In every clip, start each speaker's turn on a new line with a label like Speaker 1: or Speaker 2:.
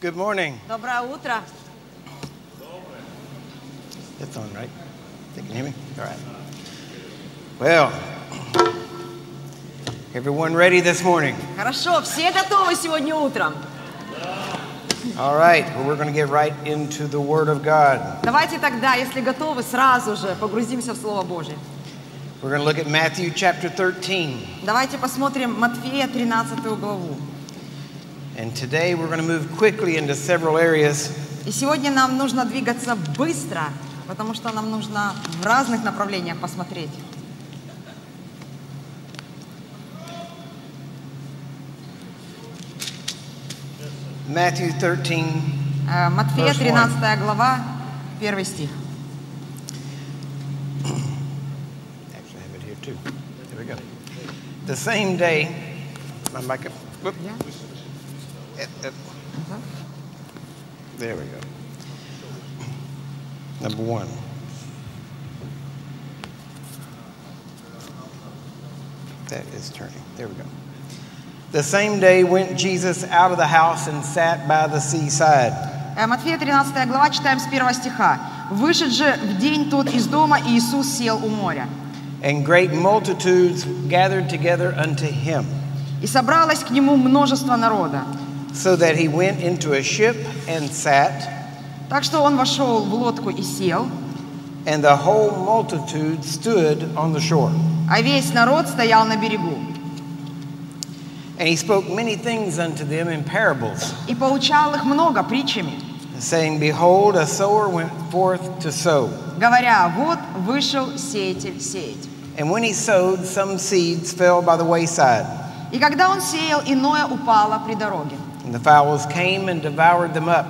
Speaker 1: Good morning.
Speaker 2: Доброе утро.
Speaker 1: It's on, right? They can hear me? All right. Well, everyone ready this morning?
Speaker 2: Хорошо, все готовы сегодня утром?
Speaker 1: All right. Well, we're going to get right into the Word of God.
Speaker 2: Давайте тогда, если готовы, сразу же погрузимся в Слово Божье.
Speaker 1: We're going to look at Matthew chapter 13.
Speaker 2: Давайте посмотрим Матфея 13 главу.
Speaker 1: And today we're going to move quickly into several areas
Speaker 2: И сегодня нам нужно двигаться быстро, потому что нам нужно в разных направлениях посмотреть.
Speaker 1: Matthew 13,
Speaker 2: Э, Матфея
Speaker 1: Verse
Speaker 2: 13 глава, 1 стих.
Speaker 1: actually I have it here too. There we go. The same day, my mic, whoop.
Speaker 2: Yeah.
Speaker 1: It- it- There we go. Number one. That is turning. There we go. The same day went Jesus out of the house and sat by the seaside.
Speaker 2: Э, Матфея 13 глава, читаем с 1 стиха. «Вышед же в день тот из дома, и Иисус сел у моря.
Speaker 1: And great multitudes gathered together unto him,
Speaker 2: И собралось к нему множество народа,
Speaker 1: so that he went into a ship and sat,
Speaker 2: Так что он вошел в лодку и сел,
Speaker 1: and the whole multitude stood on the shore.
Speaker 2: а весь народ стоял на берегу.
Speaker 1: And he spoke many things unto them in parables,
Speaker 2: И поучал их много притчами,
Speaker 1: saying, Behold, a sower went forth to sow.
Speaker 2: говоря, вот вышел сеятель сеять.
Speaker 1: And when he sowed, some seeds fell by the wayside,
Speaker 2: И когда он сеял, иное упало при дороге.
Speaker 1: and the fowls came and devoured them up.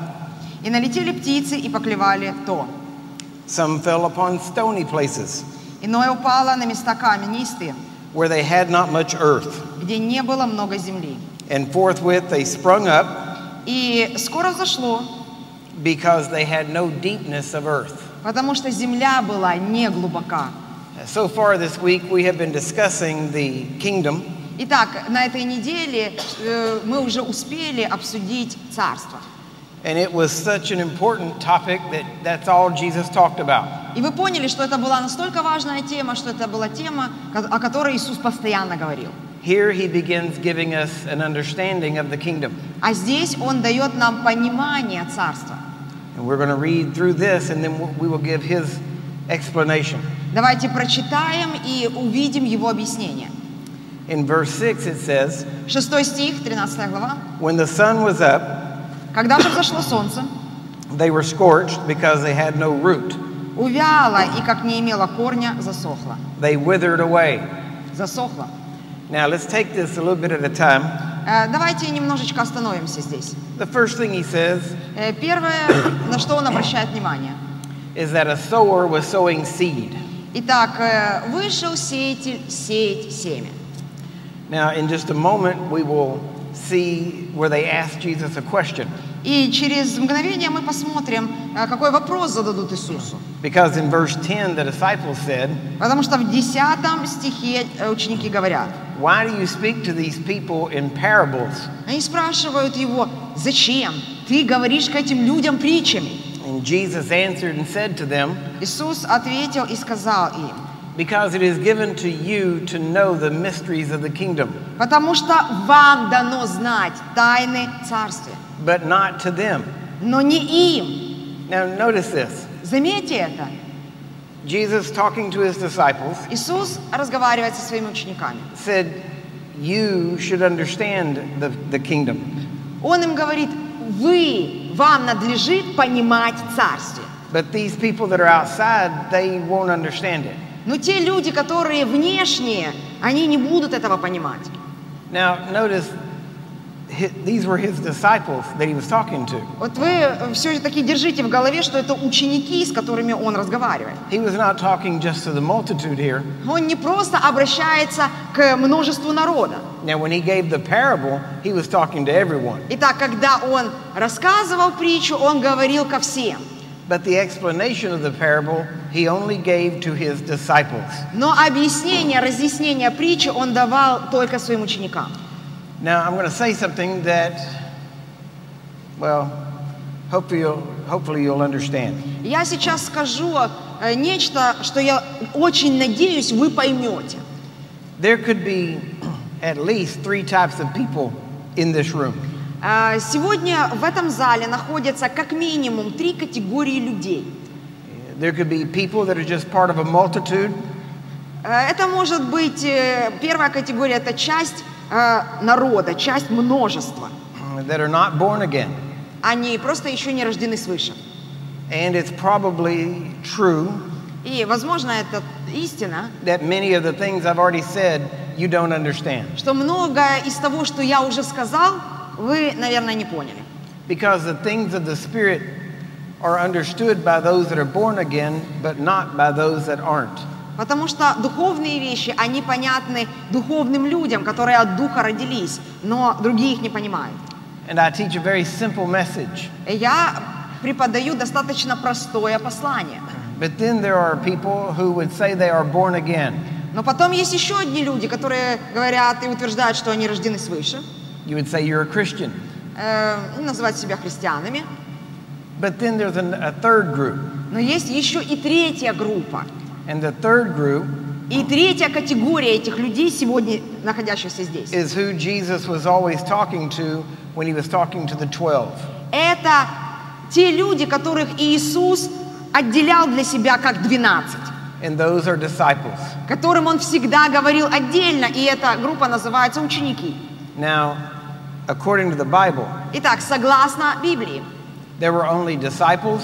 Speaker 2: И налетели птицы и поклевали то.
Speaker 1: Some fell upon stony places,
Speaker 2: Иное упало на места каменистые,
Speaker 1: where they had not much earth.
Speaker 2: где не было много земли.
Speaker 1: And forthwith they sprung up.
Speaker 2: И скоро взошло,
Speaker 1: because they had no deepness of earth.
Speaker 2: потому что земля была не глубока.
Speaker 1: So far this week, we have been discussing the kingdom,
Speaker 2: Итак, на этой неделе э, мы уже успели обсудить царство.
Speaker 1: and it was such an important topic that that's all Jesus talked about.
Speaker 2: И вы поняли, что это была настолько важная тема, что это была тема, ко- о которой Иисус постоянно говорил.
Speaker 1: Here, he begins giving us an understanding of the kingdom.
Speaker 2: А здесь Он дает нам понимание Царства.
Speaker 1: And we're going to read through this, and then we will give his explanation.
Speaker 2: Давайте прочитаем и увидим Его объяснение.
Speaker 1: In verse 6, it says,
Speaker 2: 6 стих, 13 глава.
Speaker 1: When the sun was up,
Speaker 2: «Когда же взошло солнце,
Speaker 1: they were scorched because they had no root.
Speaker 2: увяло и, как не имело корня, засохло».
Speaker 1: They withered away.
Speaker 2: Засохло.
Speaker 1: Now, let's take this a little bit at a time.
Speaker 2: Э, Давайте немножечко остановимся здесь.
Speaker 1: The first thing he says
Speaker 2: Э, Первое, на что он обращает внимание.
Speaker 1: is that a sower was sowing seed.
Speaker 2: Итак, э, вышел сеятель сеять семя.
Speaker 1: Now, in just a moment, we will see where they asked Jesus a question.
Speaker 2: И через мгновение мы посмотрим, э, какой вопрос зададут Иисусу.
Speaker 1: Because in verse 10, the disciples said,
Speaker 2: Потому что в 10 стихе э, ученики говорят.
Speaker 1: Why do you speak to these people in parables?
Speaker 2: Они спрашивают его, зачем ты говоришь к этим людям притчами?
Speaker 1: And Jesus answered and said to them,
Speaker 2: Иисус ответил и сказал им,
Speaker 1: Because it is given to you to know the mysteries of the kingdom,
Speaker 2: потому что вам дано знать тайны Царствия,
Speaker 1: but not to them.
Speaker 2: но не им.
Speaker 1: Now, notice this
Speaker 2: Заметьте это.
Speaker 1: Jesus talking to his disciples
Speaker 2: Иисус разговаривает со своими учениками.
Speaker 1: said, You should understand the, the kingdom,
Speaker 2: Он им говорит, вы, вам надлежит понимать Царствие.
Speaker 1: but these people that are outside, they won't understand it.
Speaker 2: Но те люди, которые внешние, они не будут этого понимать.
Speaker 1: Now, notice hi these were his disciples that he was talking to.
Speaker 2: Вот вы все-таки держите в голове, что это ученики, с которыми он разговаривает.
Speaker 1: He was not talking just to the multitude here.
Speaker 2: Он не просто обращается к множеству народа.
Speaker 1: Now, when he gave the parable, he was talking to everyone.
Speaker 2: Итак, когда он рассказывал притчу, он говорил ко всем.
Speaker 1: But the explanation of the parable, he only gave to his disciples.
Speaker 2: Но объяснение, разъяснение притчи он давал только своим ученикам.
Speaker 1: Now, I'm going to say something that Well, hopefully you'll, hopefully you'll understand.
Speaker 2: Я сейчас скажу э, нечто, что я очень надеюсь, вы поймете.
Speaker 1: There could be at least three types of people in this room.
Speaker 2: Э, Сегодня в этом зале находятся как минимум три категории людей.
Speaker 1: There could be people that are just part of a multitude,
Speaker 2: Э, Это может быть э, первая категория, это часть э, народа, часть множества.
Speaker 1: mm, that are not born again.
Speaker 2: Они просто еще не рождены свыше.
Speaker 1: And it's probably true
Speaker 2: И, возможно, это истина,
Speaker 1: that many of the things I've already said you don't understand.
Speaker 2: что многое из того, что я уже сказал, вы, наверное, не поняли.
Speaker 1: Because the things of the Spirit are understood by those that are born again, but not by those that aren't.
Speaker 2: Потому что духовные вещи, они понятны духовным людям, которые от духа родились, но другие их не понимают.
Speaker 1: And I teach a very simple message.
Speaker 2: Я преподаю достаточно простое послание.
Speaker 1: But then there are people who would say they are born again.
Speaker 2: Но потом есть еще одни люди, которые говорят и утверждают, что они рождены свыше,
Speaker 1: You would say you're a Christian.
Speaker 2: э, и называют себя христианами.
Speaker 1: But then there's an, a third group.
Speaker 2: Но есть еще и третья группа.
Speaker 1: And the third group
Speaker 2: И третья категория этих людей, сегодня находящихся здесь,
Speaker 1: is who Jesus was always talking to when he was talking to the 12.
Speaker 2: это те люди, которых Иисус отделял для себя как 12,
Speaker 1: And those are disciples.
Speaker 2: которым он всегда говорил отдельно, и эта группа называется ученики.
Speaker 1: Now, according to the Bible,
Speaker 2: Итак, согласно Библии,
Speaker 1: there were only disciples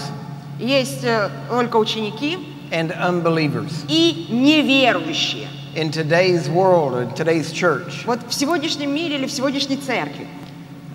Speaker 2: есть э, только ученики
Speaker 1: and unbelievers.
Speaker 2: и неверующие.
Speaker 1: In today's world, in today's church,
Speaker 2: Вот в сегодняшнем мире или в сегодняшней церкви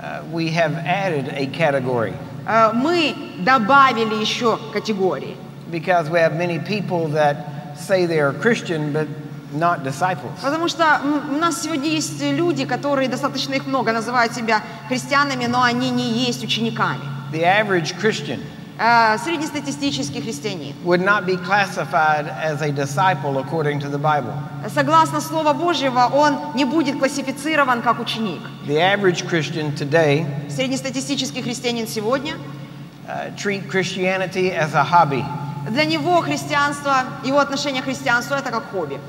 Speaker 1: uh, we have added a category
Speaker 2: э, мы добавили еще категории.
Speaker 1: because we have many people that say they are Christian but not disciples.
Speaker 2: Потому что м, у нас сегодня есть люди, которые, достаточно их много, называют себя христианами, но они не есть учениками.
Speaker 1: The average Christian
Speaker 2: Э, Среднестатистический христианин.
Speaker 1: would not be classified as a disciple according to the Bible.
Speaker 2: Согласно Слова Божьего, он не будет классифицирован как ученик.
Speaker 1: The average Christian today
Speaker 2: Среднестатистический христианин сегодня,
Speaker 1: uh, treat Christianity as a hobby.
Speaker 2: для него христианство, его отношение к христианству – это как хобби.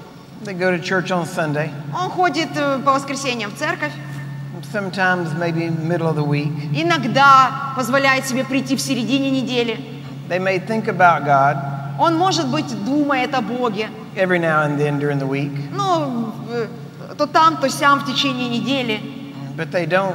Speaker 1: They go to church on Sunday,
Speaker 2: Он ходит э, по воскресеньям в церковь,
Speaker 1: sometimes maybe middle of the week.
Speaker 2: иногда позволяет себе прийти в середине недели.
Speaker 1: They may think about God
Speaker 2: Он, может быть, думает о Боге,
Speaker 1: every now and then during the week,
Speaker 2: ну, э, то там, то сям в течение недели.
Speaker 1: but they don't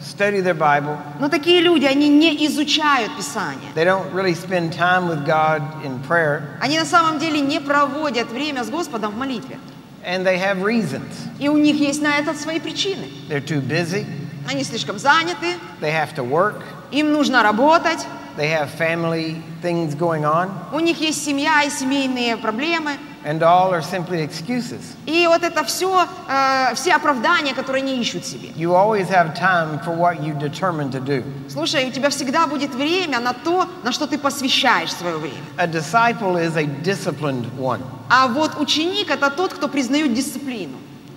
Speaker 1: study their Bible.
Speaker 2: Но такие люди, они не изучают Писание.
Speaker 1: They don't really spend time with God in prayer,
Speaker 2: Они на самом деле не проводят время с Господом в молитве.
Speaker 1: and they have reasons.
Speaker 2: И у них есть на это свои причины.
Speaker 1: They're too busy,
Speaker 2: Они слишком заняты,
Speaker 1: they have to work,
Speaker 2: им нужно работать,
Speaker 1: they have family things going on,
Speaker 2: у них есть семья и семейные проблемы.
Speaker 1: and all are simply excuses.
Speaker 2: И вот это все, э, все оправдания, которые они ищут себе.
Speaker 1: You always have time for what you determine to do.
Speaker 2: Слушай, у тебя всегда будет время на то, на что ты посвящаешь свое время.
Speaker 1: A disciple is a disciplined one.
Speaker 2: А вот ученик – это тот, кто признает дисциплину.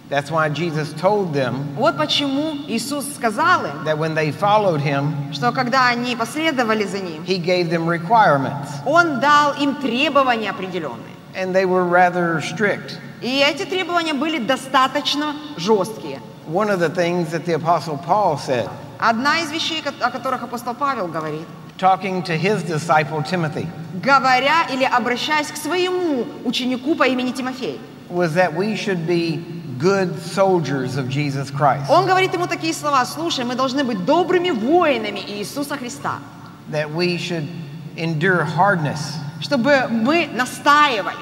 Speaker 1: That's why Jesus told them
Speaker 2: Вот почему Иисус сказал им,
Speaker 1: that when they followed him,
Speaker 2: что когда они последовали за Ним,
Speaker 1: he gave them requirements,
Speaker 2: Он дал им требования определенные.
Speaker 1: and they were rather strict.
Speaker 2: И эти требования были достаточно жесткие.
Speaker 1: One of the things that the Apostle Paul said,
Speaker 2: Одна из вещей, ко- о которых апостол Павел говорит,
Speaker 1: talking to his disciple Timothy,
Speaker 2: говоря или обращаясь к своему ученику по имени Тимофей,
Speaker 1: was that we should be good soldiers of Jesus Christ,
Speaker 2: он говорит ему такие слова, слушай, мы должны быть добрыми воинами Иисуса Христа,
Speaker 1: that we should endure hardness.
Speaker 2: чтобы мы настаивали.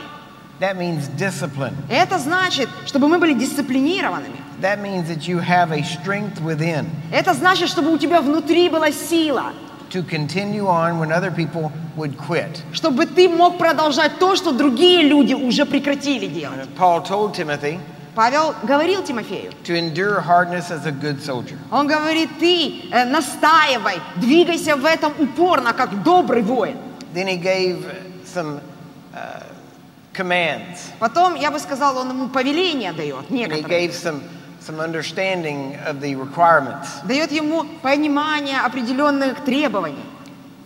Speaker 1: That means discipline.
Speaker 2: Это значит, чтобы мы были дисциплинированными.
Speaker 1: That means that you have a strength within
Speaker 2: Это значит, чтобы у тебя внутри была сила,
Speaker 1: to continue on when other people would quit.
Speaker 2: чтобы ты мог продолжать то, что другие люди уже прекратили делать.
Speaker 1: Paul told Timothy
Speaker 2: Павел говорил Тимофею,
Speaker 1: to endure hardness as a good soldier.
Speaker 2: он говорит, ты э, настаивай, двигайся в этом упорно, как добрый воин.
Speaker 1: Then he gave some uh, commands,
Speaker 2: Потом, я бы сказала, он ему повеление дает
Speaker 1: and he
Speaker 2: некоторые.
Speaker 1: gave some some understanding of the requirements.
Speaker 2: дает ему понимание определенных требований.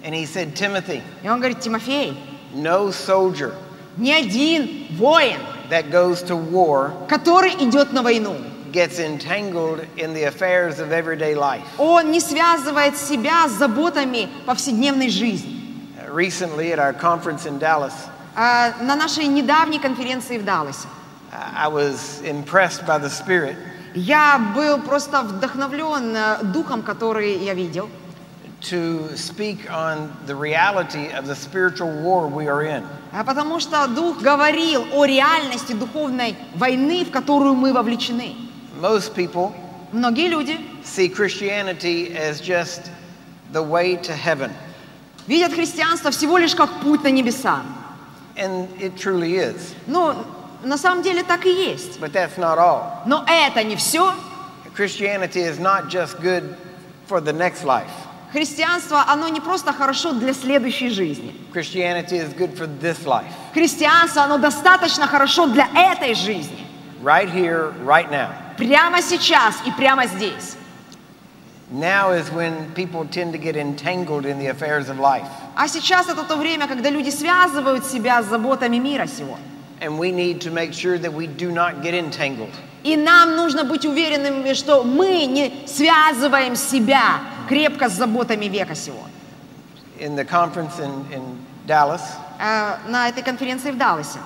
Speaker 1: And he said, Timothy,
Speaker 2: И он говорит, Тимофей,
Speaker 1: no soldier
Speaker 2: ни один воин,
Speaker 1: that goes to war
Speaker 2: который идет на войну,
Speaker 1: gets entangled in the affairs of everyday life.
Speaker 2: он не связывает себя с заботами повседневной жизни.
Speaker 1: Uh, Recently, at our conference in Dallas, uh,
Speaker 2: А, На нашей недавней конференции в Далласе
Speaker 1: I I was impressed by the Spirit
Speaker 2: я был просто вдохновлен э, духом, который я видел,
Speaker 1: to speak on the reality of the spiritual war we are in.
Speaker 2: а потому что дух говорил о реальности духовной войны, в которую мы вовлечены.
Speaker 1: Most people
Speaker 2: Многие люди
Speaker 1: see Christianity as just the way to heaven,
Speaker 2: видят христианство всего лишь как путь на небеса.
Speaker 1: and it truly is.
Speaker 2: Ну, на самом деле так и есть.
Speaker 1: But that's not all.
Speaker 2: Но это не все.
Speaker 1: Christianity is not just good for the next life.
Speaker 2: Христианство, оно не просто хорошо для следующей жизни.
Speaker 1: Christianity is good for this life,
Speaker 2: Христианство, оно достаточно хорошо для этой жизни.
Speaker 1: right here, right now.
Speaker 2: Прямо сейчас и прямо здесь.
Speaker 1: Now is when people tend to get entangled in the affairs of life,
Speaker 2: А сейчас это то время, когда люди связывают себя с заботами мира сего.
Speaker 1: and we need to make sure that we do not get entangled.
Speaker 2: И нам нужно быть уверенными, что мы не связываем себя крепко с заботами века сего.
Speaker 1: In the conference in, in Dallas,
Speaker 2: Э, на этой конференции в Далласе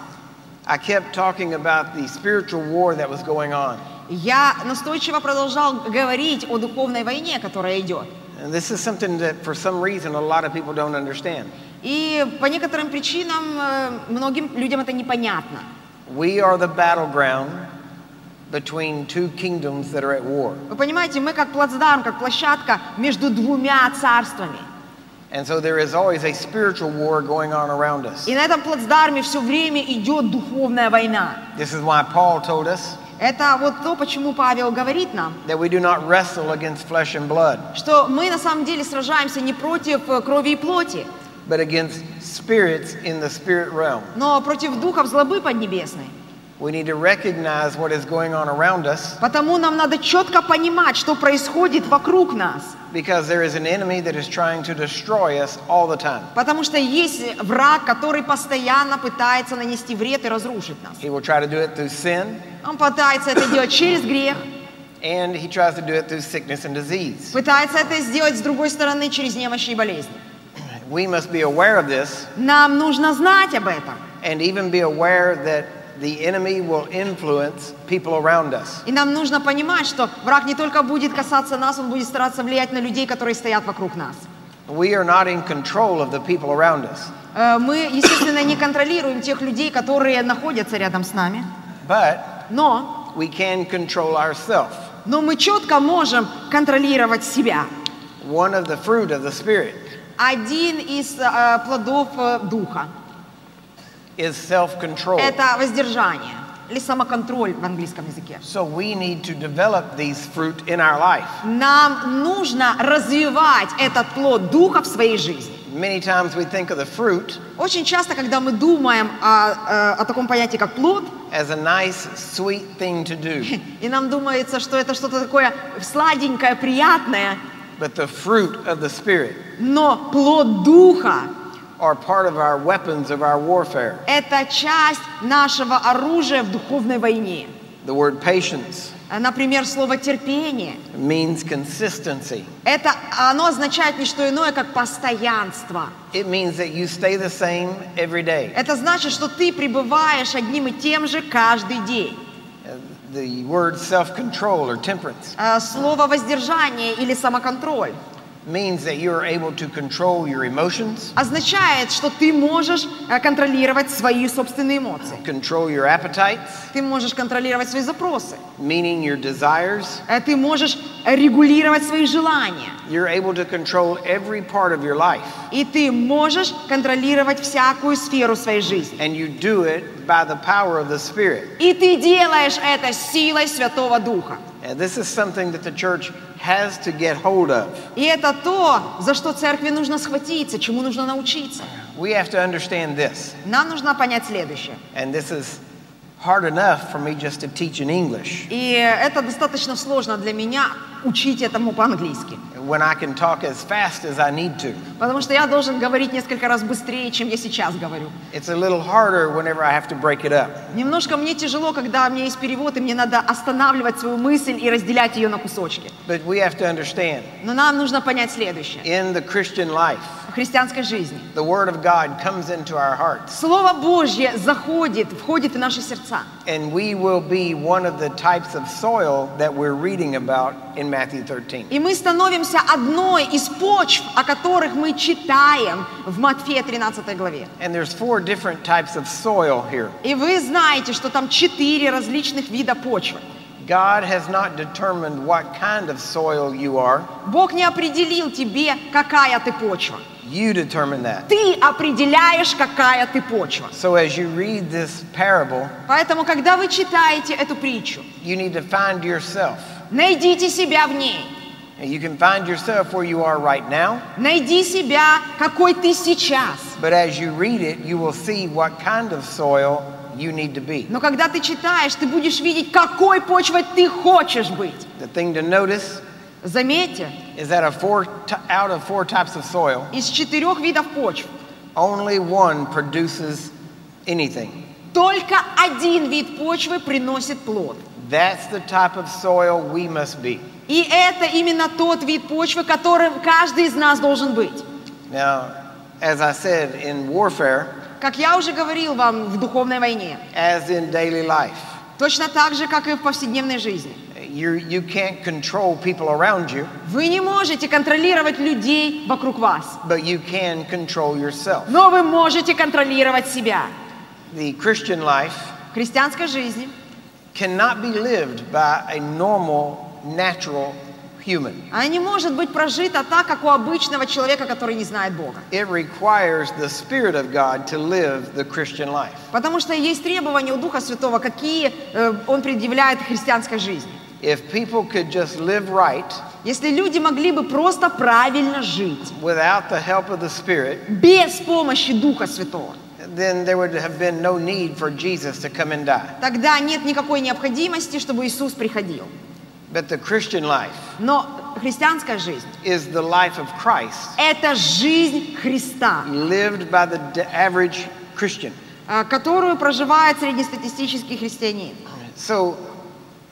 Speaker 1: I kept talking about the spiritual war that was going on.
Speaker 2: я настойчиво продолжал говорить о духовной войне, которая идет.
Speaker 1: And this is something that, for some reason, a lot of people don't understand.
Speaker 2: И по некоторым причинам э, многим людям это непонятно.
Speaker 1: We are the battleground between two kingdoms that are at war.
Speaker 2: Вы понимаете, мы как плацдарм, как площадка между двумя царствами.
Speaker 1: And so there is always a spiritual war going on around us.
Speaker 2: И на этом плацдарме все время идет духовная война.
Speaker 1: This is why Paul told us
Speaker 2: Это вот то, почему Павел говорит нам,
Speaker 1: that we do not wrestle against flesh and blood,
Speaker 2: что мы на самом деле сражаемся не против э, крови и плоти,
Speaker 1: but against spirits in the spirit realm.
Speaker 2: но против духов злобы поднебесной.
Speaker 1: We need to recognize what is going on around us
Speaker 2: Потому нам надо четко понимать, что происходит вокруг нас.
Speaker 1: because there is an enemy that is trying to destroy us all the time.
Speaker 2: Потому что есть враг, который постоянно пытается нанести вред и разрушить нас.
Speaker 1: He will try to do it through sin
Speaker 2: Он пытается это делать через грех,
Speaker 1: and he tries to do it through sickness and disease.
Speaker 2: пытается это сделать, с другой стороны, через немощи и болезни.
Speaker 1: We must be aware of this
Speaker 2: Нам нужно знать об этом.
Speaker 1: and even be aware that the enemy will influence people around us.
Speaker 2: И нам нужно понимать, что враг не только будет касаться нас, он будет стараться влиять на людей, которые стоят вокруг нас.
Speaker 1: We are not in control of the people around us,
Speaker 2: Э, Мы, естественно, не контролируем тех людей, которые находятся рядом с нами,
Speaker 1: but
Speaker 2: но,
Speaker 1: we can control ourselves.
Speaker 2: но мы четко можем контролировать себя.
Speaker 1: One of the fruit of the Spirit
Speaker 2: Один из э, плодов э, духа
Speaker 1: is self control.
Speaker 2: Это воздержание или самоконтроль в английском языке.
Speaker 1: So we need to develop these fruit in our life.
Speaker 2: Нам нужно развивать этот плод духа в своей жизни.
Speaker 1: Many times we think of the fruit
Speaker 2: Очень часто, когда мы думаем о, э, о таком понятии, как плод,
Speaker 1: as a nice, sweet thing to do,
Speaker 2: и нам думается, что это что-то такое сладенькое, приятное,
Speaker 1: but the fruit of the Spirit
Speaker 2: но плод духа
Speaker 1: are part of our weapons of our warfare.
Speaker 2: – это часть нашего оружия в духовной войне.
Speaker 1: The word patience
Speaker 2: Э, Например, слово «терпение»
Speaker 1: means consistency.
Speaker 2: – это оно означает не что иное, как постоянство.
Speaker 1: It means that you stay the same every day.
Speaker 2: Это значит, что ты пребываешь одним и тем же каждый день.
Speaker 1: Uh, The word self control or temperance
Speaker 2: Э, Слово «воздержание» или «самоконтроль»
Speaker 1: means that you are able to control your emotions,
Speaker 2: означает, что ты можешь э, контролировать свои собственные эмоции.
Speaker 1: control your appetites,
Speaker 2: Ты можешь контролировать свои запросы.
Speaker 1: meaning your desires.
Speaker 2: Э, Ты можешь регулировать свои желания.
Speaker 1: You're able to control every part of your life,
Speaker 2: И ты можешь контролировать всякую сферу своей жизни.
Speaker 1: and you do it by the power of the Spirit.
Speaker 2: И ты делаешь это силой Святого Духа.
Speaker 1: And this is something that the church has to get hold of.
Speaker 2: И это то, за что церкви нужно схватиться, чему нужно научиться.
Speaker 1: We have to understand this,
Speaker 2: Нам нужно понять следующее.
Speaker 1: and this is hard enough for me just to teach in English
Speaker 2: И это достаточно сложно для меня учить этому по-английски.
Speaker 1: when I can talk as fast as I need to.
Speaker 2: Потому что я должен говорить несколько раз быстрее, чем я сейчас говорю.
Speaker 1: It's a little harder whenever I have to break it up.
Speaker 2: Немножко мне тяжело, когда у меня есть перевод, и мне надо останавливать свою мысль и разделять ее на кусочки.
Speaker 1: But we have to understand
Speaker 2: Но нам нужно понять следующее.
Speaker 1: in the Christian life,
Speaker 2: В христианской жизни
Speaker 1: the Word of God comes into our hearts,
Speaker 2: Слово Божье заходит, входит в наши сердца.
Speaker 1: and we will be one of the types of soil that we're reading about in Matthew 13.
Speaker 2: И мы становимся одной из почв, о которых мы читаем в Матфея 13 главе.
Speaker 1: And there's four different types of soil here.
Speaker 2: И вы знаете, что там четыре различных вида почвы.
Speaker 1: God has not determined what kind of soil you are.
Speaker 2: Бог не определил тебе, какая ты почва.
Speaker 1: You determine that.
Speaker 2: Ты определяешь, какая ты почва.
Speaker 1: So as you read this parable,
Speaker 2: Поэтому, когда вы читаете эту притчу,
Speaker 1: you need to find yourself.
Speaker 2: найдите себя в ней.
Speaker 1: And you can find yourself where you are right now,
Speaker 2: Найди себя, какой ты сейчас.
Speaker 1: but as you read it, you will see what kind of soil you need to be.
Speaker 2: Но когда ты читаешь, ты будешь видеть, какой почвой ты хочешь быть.
Speaker 1: The thing to notice
Speaker 2: Заметьте,
Speaker 1: is that a four t- out of four types of soil,
Speaker 2: из четырех видов почв
Speaker 1: only one produces anything.
Speaker 2: только один вид почвы приносит плод.
Speaker 1: That's the type of soil we must be.
Speaker 2: И это именно тот вид почвы, которым каждый из нас должен быть.
Speaker 1: Now, as I said, in warfare,
Speaker 2: Как я уже говорил вам в духовной войне,
Speaker 1: as in daily life,
Speaker 2: точно так же, как и в повседневной жизни.
Speaker 1: you, you can't control people around you,
Speaker 2: Вы не можете контролировать людей вокруг вас,
Speaker 1: but you can control yourself.
Speaker 2: но вы можете контролировать себя.
Speaker 1: The Christian life
Speaker 2: В христианской жизни
Speaker 1: cannot be lived by a normal, natural human.
Speaker 2: она не может быть прожита так, как у обычного человека, который не знает Бога.
Speaker 1: It requires the Spirit of God to live the Christian life.
Speaker 2: Потому что есть требования у Духа Святого, какие э, он предъявляет христианской жизни.
Speaker 1: If people could just live right
Speaker 2: Если люди могли бы просто правильно жить,
Speaker 1: without the help of the Spirit,
Speaker 2: без помощи Духа Святого,
Speaker 1: then there would have been no need for Jesus to come and die.
Speaker 2: тогда нет никакой необходимости, чтобы Иисус приходил.
Speaker 1: But the Christian life
Speaker 2: Но христианская жизнь
Speaker 1: is the life of Christ,
Speaker 2: – это жизнь Христа,
Speaker 1: lived by the d- average Christian.
Speaker 2: э, которую проживает среднестатистический христианин.
Speaker 1: So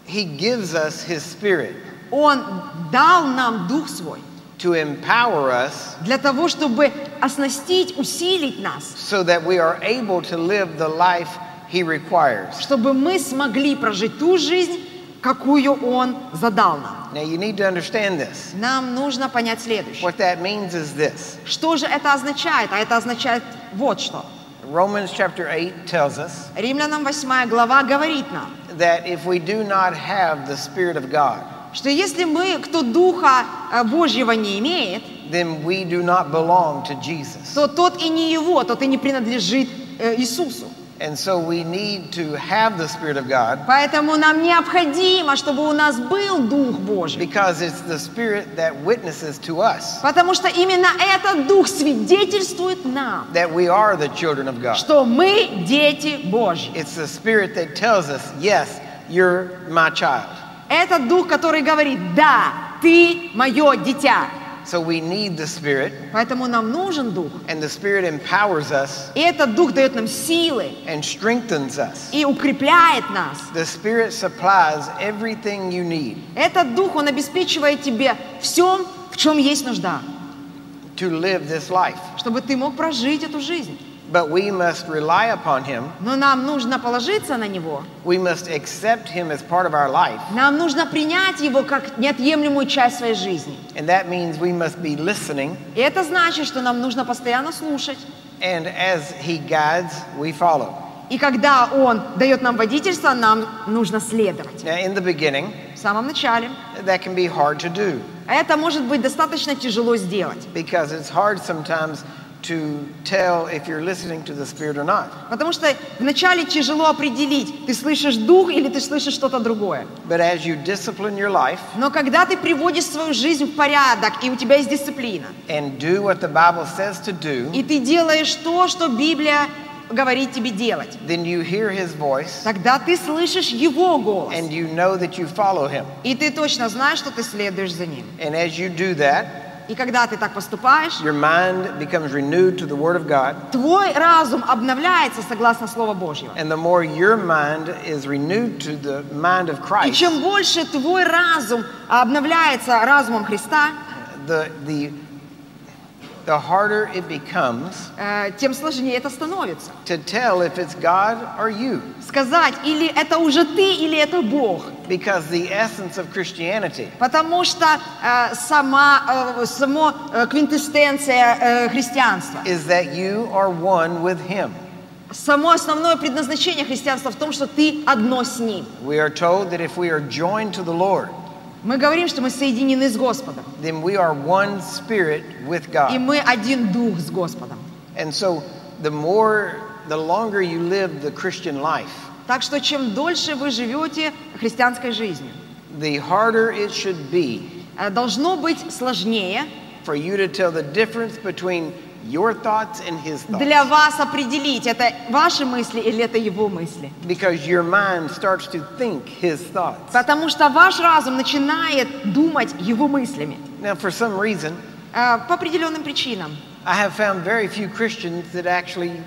Speaker 1: he gives us his Spirit
Speaker 2: Он дал нам Дух Свой
Speaker 1: to empower us
Speaker 2: для того, чтобы оснастить, усилить нас,
Speaker 1: so that we are able to live the life he requires.
Speaker 2: чтобы мы смогли прожить ту жизнь, какую Он задал нам.
Speaker 1: Now you need to understand this.
Speaker 2: Нам нужно понять следующее.
Speaker 1: What that means is this.
Speaker 2: Что же это означает? А это означает вот что.
Speaker 1: Romans chapter 8 tells us
Speaker 2: Римлянам 8 глава говорит нам,
Speaker 1: that if we do not have the Spirit of God,
Speaker 2: что если мы, кто Духа э, Божьего не имеет,
Speaker 1: then we do not belong to Jesus.
Speaker 2: то тот и не его, тот и не принадлежит э, Иисусу.
Speaker 1: And so we need to have the Spirit of God
Speaker 2: Поэтому нам необходимо, чтобы у нас был Дух Божий.
Speaker 1: because it's the Spirit that witnesses to us
Speaker 2: Потому что именно этот Дух свидетельствует нам,
Speaker 1: that we are the children of God.
Speaker 2: что мы дети Божьи.
Speaker 1: It's the Spirit that tells us, yes, you're my child.
Speaker 2: Это Дух, который говорит, да, ты мое дитя.
Speaker 1: So we need the Spirit,
Speaker 2: Поэтому нам нужен Дух.
Speaker 1: and the Spirit empowers us
Speaker 2: И этот Дух дает нам силы
Speaker 1: and strengthens us.
Speaker 2: и укрепляет нас.
Speaker 1: The Spirit supplies everything you need
Speaker 2: Этот Дух, Он обеспечивает тебе всем, в чем есть нужда,
Speaker 1: to live this life.
Speaker 2: чтобы ты мог прожить эту жизнь.
Speaker 1: But we must rely upon Him.
Speaker 2: Но нам нужно положиться на Него,
Speaker 1: We must accept Him as part of our life.
Speaker 2: Нам нужно принять его как неотъемлемую часть своей жизни.
Speaker 1: And that means we must be listening.
Speaker 2: И это значит, что нам нужно постоянно слушать.
Speaker 1: And as He guides, we follow.
Speaker 2: И когда он дает нам водительство, нам нужно следовать.
Speaker 1: Now, in the beginning,
Speaker 2: В самом начале.
Speaker 1: that can be hard to do
Speaker 2: А Это может быть достаточно тяжело сделать.
Speaker 1: because it's hard sometimes to tell if you're listening to the Spirit or not.
Speaker 2: Потому что вначале тяжело определить, ты слышишь дух или ты слышишь что-то другое.
Speaker 1: But as you discipline your life
Speaker 2: Но когда ты приводишь свою жизнь в порядок, и у тебя есть дисциплина,
Speaker 1: and do what the Bible says to do,
Speaker 2: и ты делаешь то, что Библия говорить тебе делать.
Speaker 1: then you hear his voice
Speaker 2: Тогда ты слышишь Его голос.
Speaker 1: and you know that you follow him.
Speaker 2: И ты точно знаешь, что ты следуешь за Ним.
Speaker 1: And as you do that,
Speaker 2: И когда ты так поступаешь,
Speaker 1: your mind becomes renewed to the Word of God.
Speaker 2: твой разум обновляется согласно Слову Божьего.
Speaker 1: And the more your mind is renewed to the mind of
Speaker 2: И
Speaker 1: Christ,
Speaker 2: чем больше твой разум обновляется разумом Христа,
Speaker 1: the, the, the harder it becomes
Speaker 2: э, тем сложнее это становится.
Speaker 1: to tell if it's God or you.
Speaker 2: Сказать, или это уже ты, или это Бог.
Speaker 1: Because the essence of Christianity
Speaker 2: Потому что э, сама, э, само э, квинтэссенция э, христианства,
Speaker 1: is that you are one with Him.
Speaker 2: само основное предназначение христианства в том, что ты одно с Ним.
Speaker 1: We are told that if we are joined to the Lord,
Speaker 2: Мы говорим, что мы соединены с Господом,
Speaker 1: then we are one spirit with
Speaker 2: и
Speaker 1: God.
Speaker 2: мы один дух с Господом.
Speaker 1: And so the more, the longer you live the Christian life,
Speaker 2: Так что чем дольше вы живете христианской жизнью,
Speaker 1: the harder it should be
Speaker 2: э, должно быть сложнее
Speaker 1: for you to tell the difference between your thoughts and His thoughts.
Speaker 2: для вас определить, это ваши мысли или это его мысли.
Speaker 1: Because your mind starts to think His thoughts.
Speaker 2: Потому что ваш разум начинает думать его мыслями.
Speaker 1: Now, for some reason,
Speaker 2: Э, По определенным причинам.
Speaker 1: I have found very few Christians that actually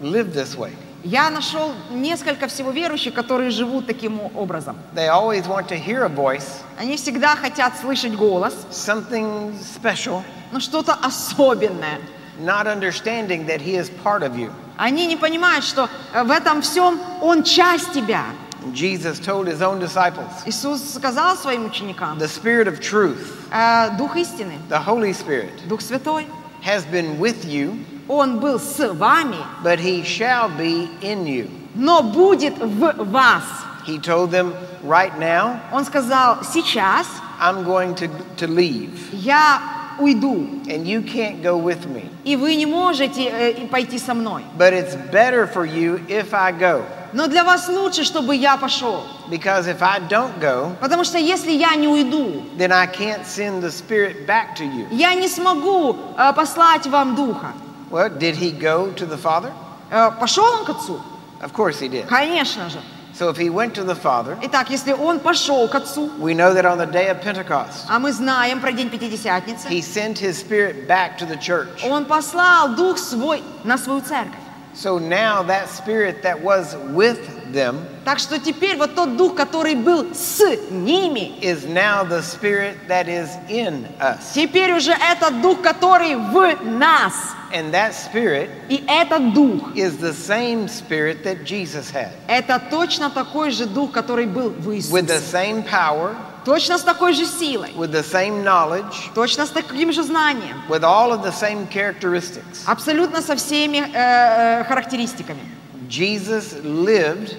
Speaker 1: live this way.
Speaker 2: Я нашел несколько всего верующих, которые живут таким образом.
Speaker 1: They always want to hear a voice,
Speaker 2: Они всегда хотят слышать голос,
Speaker 1: something special,
Speaker 2: но что-то особенное.
Speaker 1: not understanding that He is part of you.
Speaker 2: Они не понимают, что э, в этом всем Он часть тебя.
Speaker 1: Jesus told His own disciples,
Speaker 2: Иисус сказал своим ученикам,
Speaker 1: The Spirit of truth,
Speaker 2: «Э, Дух истины,
Speaker 1: the Holy Spirit,
Speaker 2: Дух Святой,
Speaker 1: has been with you,
Speaker 2: Он был с вами,
Speaker 1: but He shall be in you.
Speaker 2: но будет в вас.
Speaker 1: He told them, Right now,
Speaker 2: Он сказал, сейчас
Speaker 1: I'm going to, to leave,
Speaker 2: я уйду,
Speaker 1: and you can't go with me.
Speaker 2: и вы не можете э, и пойти со мной.
Speaker 1: But it's better for you if I go,
Speaker 2: Но для вас лучше, чтобы я пошел.
Speaker 1: because if I don't go,
Speaker 2: Потому что если я не уйду,
Speaker 1: then I can't send the Spirit back to you.
Speaker 2: я не смогу э, послать вам Духа.
Speaker 1: Well, did He go to the Father?
Speaker 2: Э, пошел он к Отцу?
Speaker 1: Of course He did.
Speaker 2: Конечно же.
Speaker 1: So if He went to the Father,
Speaker 2: Итак, если он пошел к Отцу,
Speaker 1: we know that on the day of Pentecost,
Speaker 2: а мы знаем про День Пятидесятницы,
Speaker 1: He sent His Spirit back to the church.
Speaker 2: он послал Дух свой на свою церковь.
Speaker 1: So now that Spirit that was with them
Speaker 2: Так что теперь вот тот Дух, который был с ними,
Speaker 1: is now the Spirit that is in us.
Speaker 2: теперь уже этот Дух, который в нас.
Speaker 1: And that Spirit
Speaker 2: И этот дух,
Speaker 1: is the same Spirit that Jesus had.
Speaker 2: это точно такой же дух, который был в
Speaker 1: with the
Speaker 2: Иисусе.
Speaker 1: same power,
Speaker 2: Точно с такой же силой,
Speaker 1: with the same knowledge,
Speaker 2: точно с таким же знанием,
Speaker 1: with all of the same characteristics.
Speaker 2: абсолютно со всеми э, э, характеристиками.
Speaker 1: Jesus lived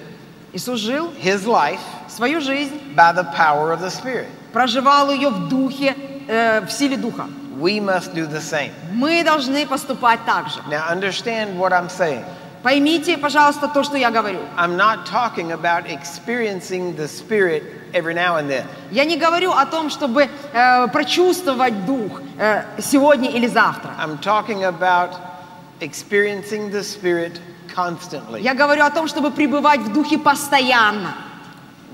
Speaker 2: Иисус жил
Speaker 1: his life
Speaker 2: свою жизнь,
Speaker 1: by the power of the Spirit.
Speaker 2: проживал ее в духе, э, в силе духа.
Speaker 1: We must do the same.
Speaker 2: Мы должны поступать так же.
Speaker 1: Now, understand what I'm saying.
Speaker 2: Поймите, пожалуйста, то, что я говорю.
Speaker 1: I'm not talking about experiencing the Spirit every now and then.
Speaker 2: Я не говорю о том, чтобы э, прочувствовать дух э, сегодня или завтра.
Speaker 1: I'm talking about experiencing the Spirit constantly.
Speaker 2: Я говорю о том, чтобы пребывать в духе постоянно.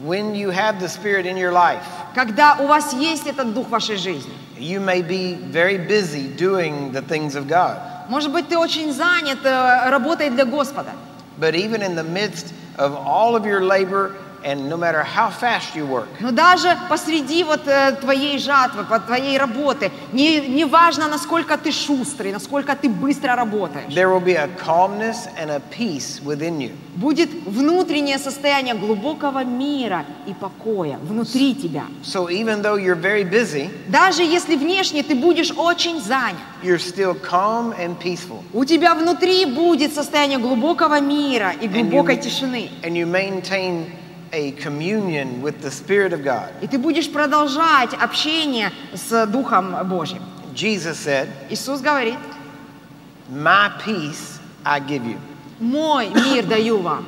Speaker 1: When you have the Spirit in your life,
Speaker 2: Когда у вас есть этот дух в вашей жизни.
Speaker 1: you may be very busy doing the things of God.
Speaker 2: Может быть, ты очень занят э, работой для Господа.
Speaker 1: But even in the midst of all of your labor, and no matter how fast you work,
Speaker 2: Но даже посреди вот э, твоей жатвы, по- твоей работы, не, не важно, насколько ты шустрый, насколько ты быстро работаешь,
Speaker 1: there will be a calmness and a peace within you.
Speaker 2: будет внутреннее состояние глубокого мира и покоя внутри тебя.
Speaker 1: So even though you're very busy,
Speaker 2: Даже если внешне ты будешь очень занят,
Speaker 1: you're still calm and peaceful.
Speaker 2: у тебя внутри будет состояние глубокого мира и
Speaker 1: And
Speaker 2: глубокой
Speaker 1: you,
Speaker 2: тишины.
Speaker 1: and you maintain a communion with the Spirit of God.
Speaker 2: И ты будешь продолжать общение с Духом Божьим.
Speaker 1: Jesus said,
Speaker 2: Иисус говорит,
Speaker 1: My peace I give you.
Speaker 2: мой мир даю вам.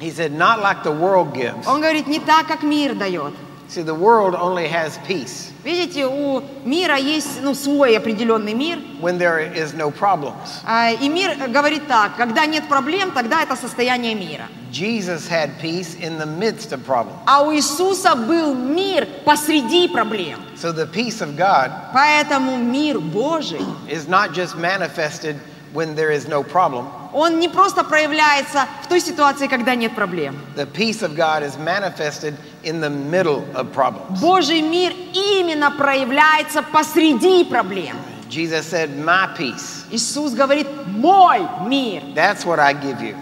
Speaker 1: He said, Not like the world gives,
Speaker 2: Он говорит, не так, как мир дает.
Speaker 1: See, the world only has peace
Speaker 2: Видите, у мира есть ну, свой определенный мир.
Speaker 1: when there is no problems.
Speaker 2: А, И мир говорит так, когда нет проблем, тогда это состояние мира.
Speaker 1: Jesus had peace in the midst of problems.
Speaker 2: А у Иисуса был мир посреди проблем.
Speaker 1: So the peace of God
Speaker 2: Поэтому мир Божий,
Speaker 1: is not just manifested when there is no problem.
Speaker 2: он не просто проявляется в той ситуации, когда нет проблем.
Speaker 1: The peace of God is manifested in the middle of problems.
Speaker 2: Божий мир именно проявляется посреди проблем.
Speaker 1: Jesus said, My peace,
Speaker 2: Иисус говорит, мой мир,
Speaker 1: that's what I give you.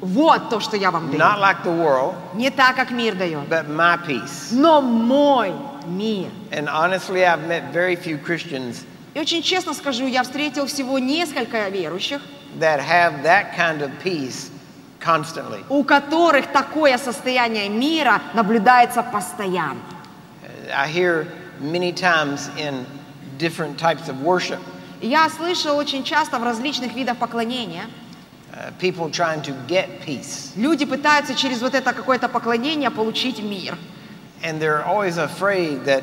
Speaker 2: вот то, что я вам даю.
Speaker 1: Not like the world,
Speaker 2: Не так, как мир дает,
Speaker 1: but my peace.
Speaker 2: но мой мир.
Speaker 1: And honestly, I've met very few Christians
Speaker 2: И очень честно скажу, я встретил всего несколько верующих,
Speaker 1: that have that kind of peace constantly.
Speaker 2: у которых такое состояние мира наблюдается постоянно.
Speaker 1: I hear many times in different types of worship
Speaker 2: И Я слышал очень часто в различных видах поклонения,
Speaker 1: uh, people trying to get peace,
Speaker 2: люди пытаются через вот это какое-то поклонение получить мир.
Speaker 1: and they're always afraid that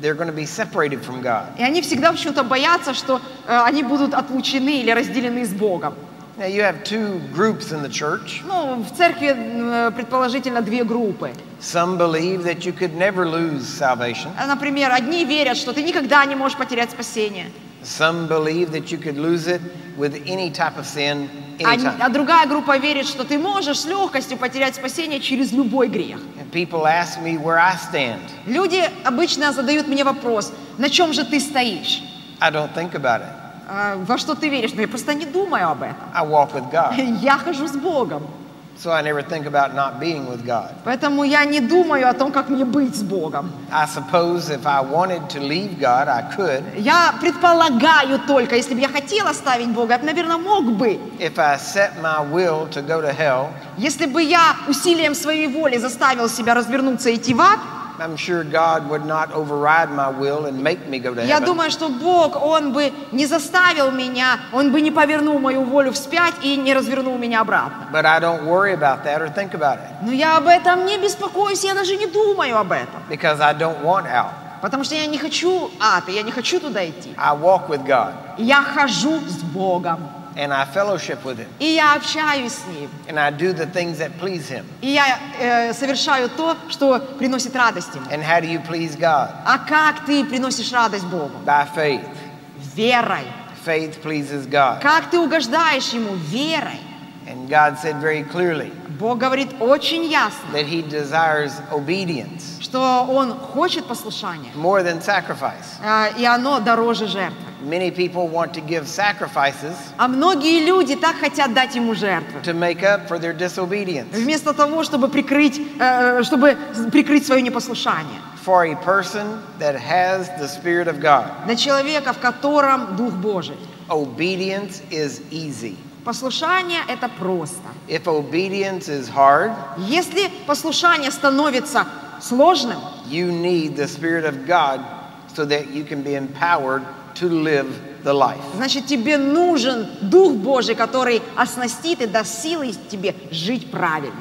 Speaker 1: they're going to be separated from God.
Speaker 2: И они всегда почему-то боятся, что э, они будут отлучены или разделены с Богом.
Speaker 1: Now, you have two groups in the church.
Speaker 2: Ну, в церкви э, предположительно две группы.
Speaker 1: Some believe that you could never lose salvation,
Speaker 2: А, Например, одни верят, что ты никогда не можешь потерять спасение,
Speaker 1: some believe that you could lose it with any type of sin,
Speaker 2: а, не- а
Speaker 1: anytime.
Speaker 2: другая группа верит, что ты можешь с легкостью потерять спасение через любой грех.
Speaker 1: And people ask me where I stand.
Speaker 2: Люди обычно задают мне вопрос, на чем же ты стоишь?
Speaker 1: I don't think about it,
Speaker 2: А, во что ты веришь? Но я просто не думаю об этом.
Speaker 1: I walk with God.
Speaker 2: Я хожу с Богом.
Speaker 1: So I never think about not being with God.
Speaker 2: Поэтому я не думаю о том, как мне быть с Богом.
Speaker 1: I suppose if I wanted to leave God, I could.
Speaker 2: Я предполагаю только, если бы я хотела ставить Бога, я, наверное, мог бы.
Speaker 1: If I set my will to go to hell,
Speaker 2: Если бы я усилием своей воли заставил себя развернуться и идти в ад,
Speaker 1: I'm sure God would not override my will and make me go to
Speaker 2: я
Speaker 1: heaven.
Speaker 2: думаю, что Бог, Он бы не заставил меня, Он бы не повернул мою волю вспять и не развернул меня обратно.
Speaker 1: But I don't worry about that or think about it
Speaker 2: Но я об этом не беспокоюсь, я даже не думаю об этом.
Speaker 1: because I don't want out.
Speaker 2: Потому что я не хочу ад, и я не хочу туда идти.
Speaker 1: I walk with God
Speaker 2: Я хожу с Богом,
Speaker 1: and I fellowship with Him
Speaker 2: и я общаюсь с Ним,
Speaker 1: and I do the things that please Him.
Speaker 2: и я э, совершаю то, что приносит радость Ему.
Speaker 1: And how do you please God?
Speaker 2: А как ты приносишь радость Богу?
Speaker 1: By faith.
Speaker 2: Верой.
Speaker 1: Faith pleases God.
Speaker 2: Как ты угождаешь Ему? Верой.
Speaker 1: And God said very clearly
Speaker 2: Бог говорит очень ясно,
Speaker 1: that He desires obedience
Speaker 2: что Он хочет послушания,
Speaker 1: more than sacrifice.
Speaker 2: а, и оно дороже жертвы.
Speaker 1: Many people want to give sacrifices
Speaker 2: А многие люди так хотят дать Ему жертвы.
Speaker 1: to make up for their disobedience.
Speaker 2: Вместо того, чтобы прикрыть, э, чтобы прикрыть свое непослушание.
Speaker 1: For a person that has the Spirit of God,
Speaker 2: На человека, в котором Дух Божий.
Speaker 1: obedience is easy.
Speaker 2: Послушание – это просто.
Speaker 1: If obedience is hard,
Speaker 2: Если послушание становится сложным,
Speaker 1: you need the Spirit of God so that you can be empowered to live the life.
Speaker 2: значит, тебе нужен Дух Божий, который оснастит и даст силы тебе жить правильно.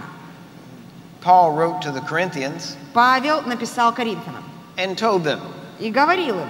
Speaker 1: Paul wrote to the Corinthians
Speaker 2: Павел написал Коринфянам
Speaker 1: and told them
Speaker 2: и говорил им,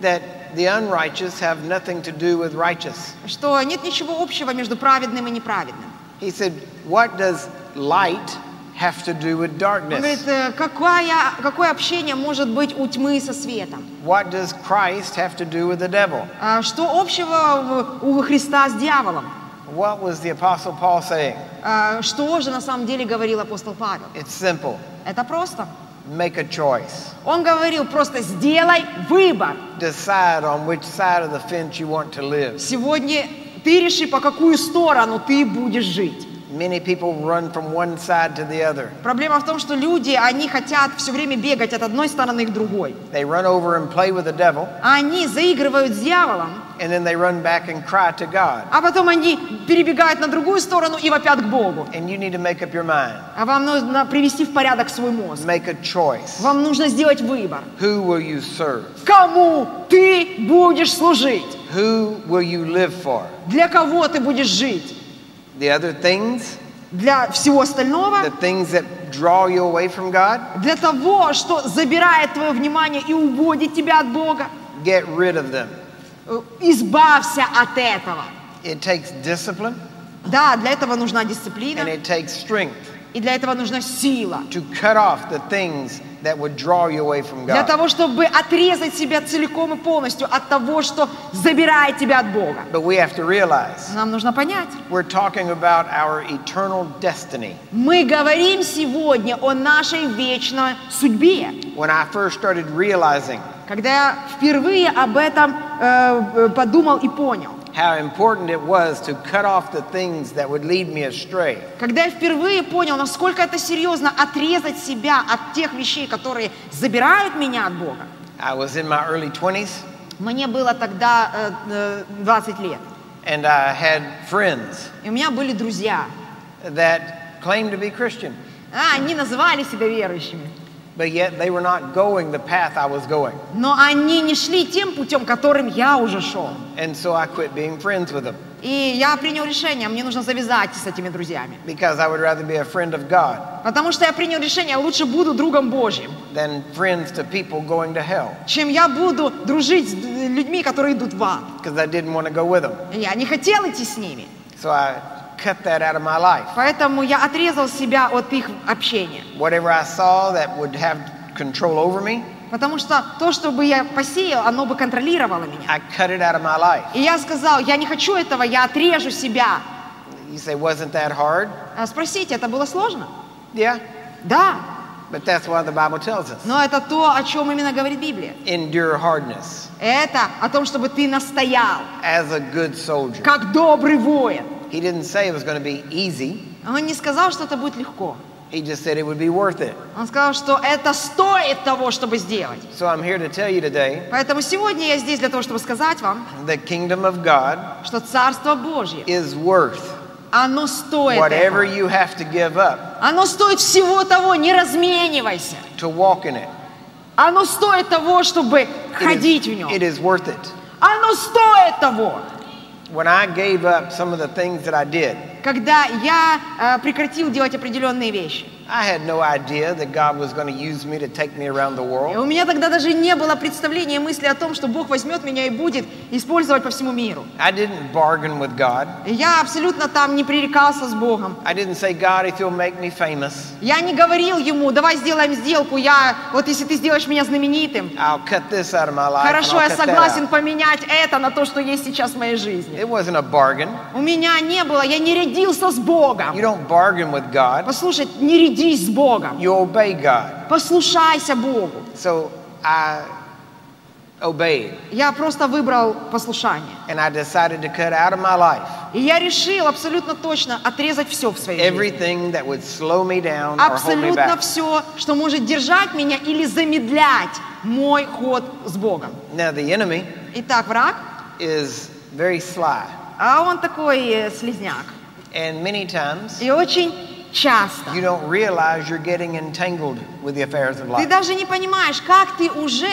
Speaker 1: that the unrighteous have nothing to do with righteous.
Speaker 2: что нет ничего общего между праведным и неправедным.
Speaker 1: He said, What does light have to do with
Speaker 2: Он
Speaker 1: darkness?
Speaker 2: говорит, э, какая, какое общение может быть у тьмы со светом?
Speaker 1: What does Christ have to do with the devil?
Speaker 2: А Что общего в- у Христа с дьяволом?
Speaker 1: What was the Apostle Paul saying?
Speaker 2: А Что же на самом деле говорил апостол Павел?
Speaker 1: It's simple
Speaker 2: Это просто.
Speaker 1: make a choice,
Speaker 2: Он говорил просто сделай выбор.
Speaker 1: decide on which side of the fence you want to live.
Speaker 2: Сегодня ты реши, по какую сторону ты будешь жить.
Speaker 1: Many people run from one side to the other,
Speaker 2: Проблема в том, что люди, они хотят все время бегать от одной стороны к другой.
Speaker 1: they run over and play with the devil,
Speaker 2: Они заигрывают с дьяволом,
Speaker 1: and then they run back and cry to God.
Speaker 2: а потом они перебегают на другую сторону и вопят к Богу.
Speaker 1: And you need to make up your mind,
Speaker 2: А вам нужно привести в порядок свой мозг.
Speaker 1: make a choice.
Speaker 2: Вам нужно сделать выбор.
Speaker 1: Who will you serve?
Speaker 2: Кому ты будешь служить?
Speaker 1: Who will you live for?
Speaker 2: Для кого ты будешь жить?
Speaker 1: The other things,
Speaker 2: Для всего остального?
Speaker 1: the things that that draw you away from God,
Speaker 2: для того, что забирает твое внимание и уводит тебя от Бога.
Speaker 1: get rid of them.
Speaker 2: Э, Избавься от этого.
Speaker 1: It takes discipline
Speaker 2: Да, для этого нужна дисциплина,
Speaker 1: and it takes strength
Speaker 2: и для этого нужна сила.
Speaker 1: to cut off the things that would draw you away from
Speaker 2: Для
Speaker 1: God.
Speaker 2: того, чтобы отрезать себя целиком и полностью от того, что забирает тебя от Бога.
Speaker 1: But we have to realize
Speaker 2: Нам нужно понять.
Speaker 1: we're talking about our eternal destiny.
Speaker 2: Мы говорим сегодня о нашей вечной судьбе.
Speaker 1: When I first started realizing
Speaker 2: Когда я впервые об этом э, э, подумал и понял,
Speaker 1: how important it was to cut off the things that would lead me astray,
Speaker 2: когда я впервые понял, насколько это серьезно отрезать себя от тех вещей, которые забирают меня от Бога,
Speaker 1: I was in my early 20s
Speaker 2: мне было тогда э, э, 20 лет.
Speaker 1: and I had friends
Speaker 2: И у меня были друзья.
Speaker 1: that claimed to be Christian,
Speaker 2: А, они называли себя верующими.
Speaker 1: but yet they were not going the path I was going.
Speaker 2: Но они не шли тем путем, которым я уже шел.
Speaker 1: And so I quit being friends with them
Speaker 2: И я принял решение, мне нужно завязать с этими друзьями.
Speaker 1: because I would rather be a friend of God
Speaker 2: Потому что я принял решение, я лучше буду другом Божьим,
Speaker 1: than friends to people going to hell
Speaker 2: чем я буду дружить с д- людьми, которые идут в ад.
Speaker 1: because I didn't want to go with them.
Speaker 2: Я не хотел идти с ними,
Speaker 1: So I cut that out of my life.
Speaker 2: поэтому я отрезал себя от их общения.
Speaker 1: Whatever I saw that would have control over me,
Speaker 2: Потому что то, что бы я посеял, оно бы контролировало меня.
Speaker 1: I cut it out of my life.
Speaker 2: И я сказал, я не хочу этого, я отрежу себя.
Speaker 1: You say, wasn't that hard?
Speaker 2: А Спросите, это было сложно?
Speaker 1: Yeah,
Speaker 2: Да,
Speaker 1: but that's why the Bible tells us
Speaker 2: но это то, о чем именно говорит Библия.
Speaker 1: endure hardness
Speaker 2: Это о том, чтобы ты настоял,
Speaker 1: as a good soldier.
Speaker 2: как добрый воин.
Speaker 1: He дidn't say it was going to be easy,
Speaker 2: Он не сказал, что это будет легко.
Speaker 1: he just said it would be worth it.
Speaker 2: Он сказал, что это стоит того, чтобы сделать.
Speaker 1: So I'm here to tell you today
Speaker 2: Поэтому сегодня я здесь для того, чтобы сказать вам,
Speaker 1: the kingdom of God
Speaker 2: что Царство Божье,
Speaker 1: is worth
Speaker 2: оно стоит
Speaker 1: whatever
Speaker 2: этого.
Speaker 1: you have to give up
Speaker 2: Оно стоит всего того, не разменивайся.
Speaker 1: to walk in it.
Speaker 2: Оно стоит того, чтобы
Speaker 1: It
Speaker 2: ходить
Speaker 1: is,
Speaker 2: в нем.
Speaker 1: it is worth it.
Speaker 2: Оно стоит того.
Speaker 1: When I gave up some of the things that I did,
Speaker 2: Когда я э, прекратил делать определенные вещи.
Speaker 1: I had no idea that God was going to use me to take me around the
Speaker 2: И
Speaker 1: world.
Speaker 2: у меня тогда даже не было представления и мысли о том, что Бог возьмет меня и будет использовать по всему миру.
Speaker 1: I didn't bargain with God.
Speaker 2: И Я абсолютно там не пререкался с Богом.
Speaker 1: I didn't say, God, if you'll make me famous,
Speaker 2: Я не говорил ему, давай сделаем сделку, я, вот если ты сделаешь меня знаменитым,
Speaker 1: I'll cut this out of my life. and I'll
Speaker 2: хорошо, я
Speaker 1: cut that out."
Speaker 2: согласен поменять это на то, что есть сейчас в моей жизни.
Speaker 1: It wasn't a bargain.
Speaker 2: У меня не было, я не рядился с Богом.
Speaker 1: You don't bargain with God,
Speaker 2: Послушай, не рядись с Богом,
Speaker 1: you obey God.
Speaker 2: послушайся Богу.
Speaker 1: So I obeyed
Speaker 2: Я просто выбрал послушание.
Speaker 1: and I decided to cut out of my life
Speaker 2: И я решил абсолютно точно отрезать все в своей жизни.
Speaker 1: everything that would slow me down or hold me
Speaker 2: Абсолютно
Speaker 1: back.
Speaker 2: все, что может держать меня или замедлять мой ход с Богом.
Speaker 1: Now, the enemy
Speaker 2: Итак, враг,
Speaker 1: is very sly,
Speaker 2: а он такой э, слизняк.
Speaker 1: and many times
Speaker 2: И очень часто.
Speaker 1: you don't realize you're getting entangled with the affairs of
Speaker 2: Ты
Speaker 1: life
Speaker 2: даже не понимаешь, как ты уже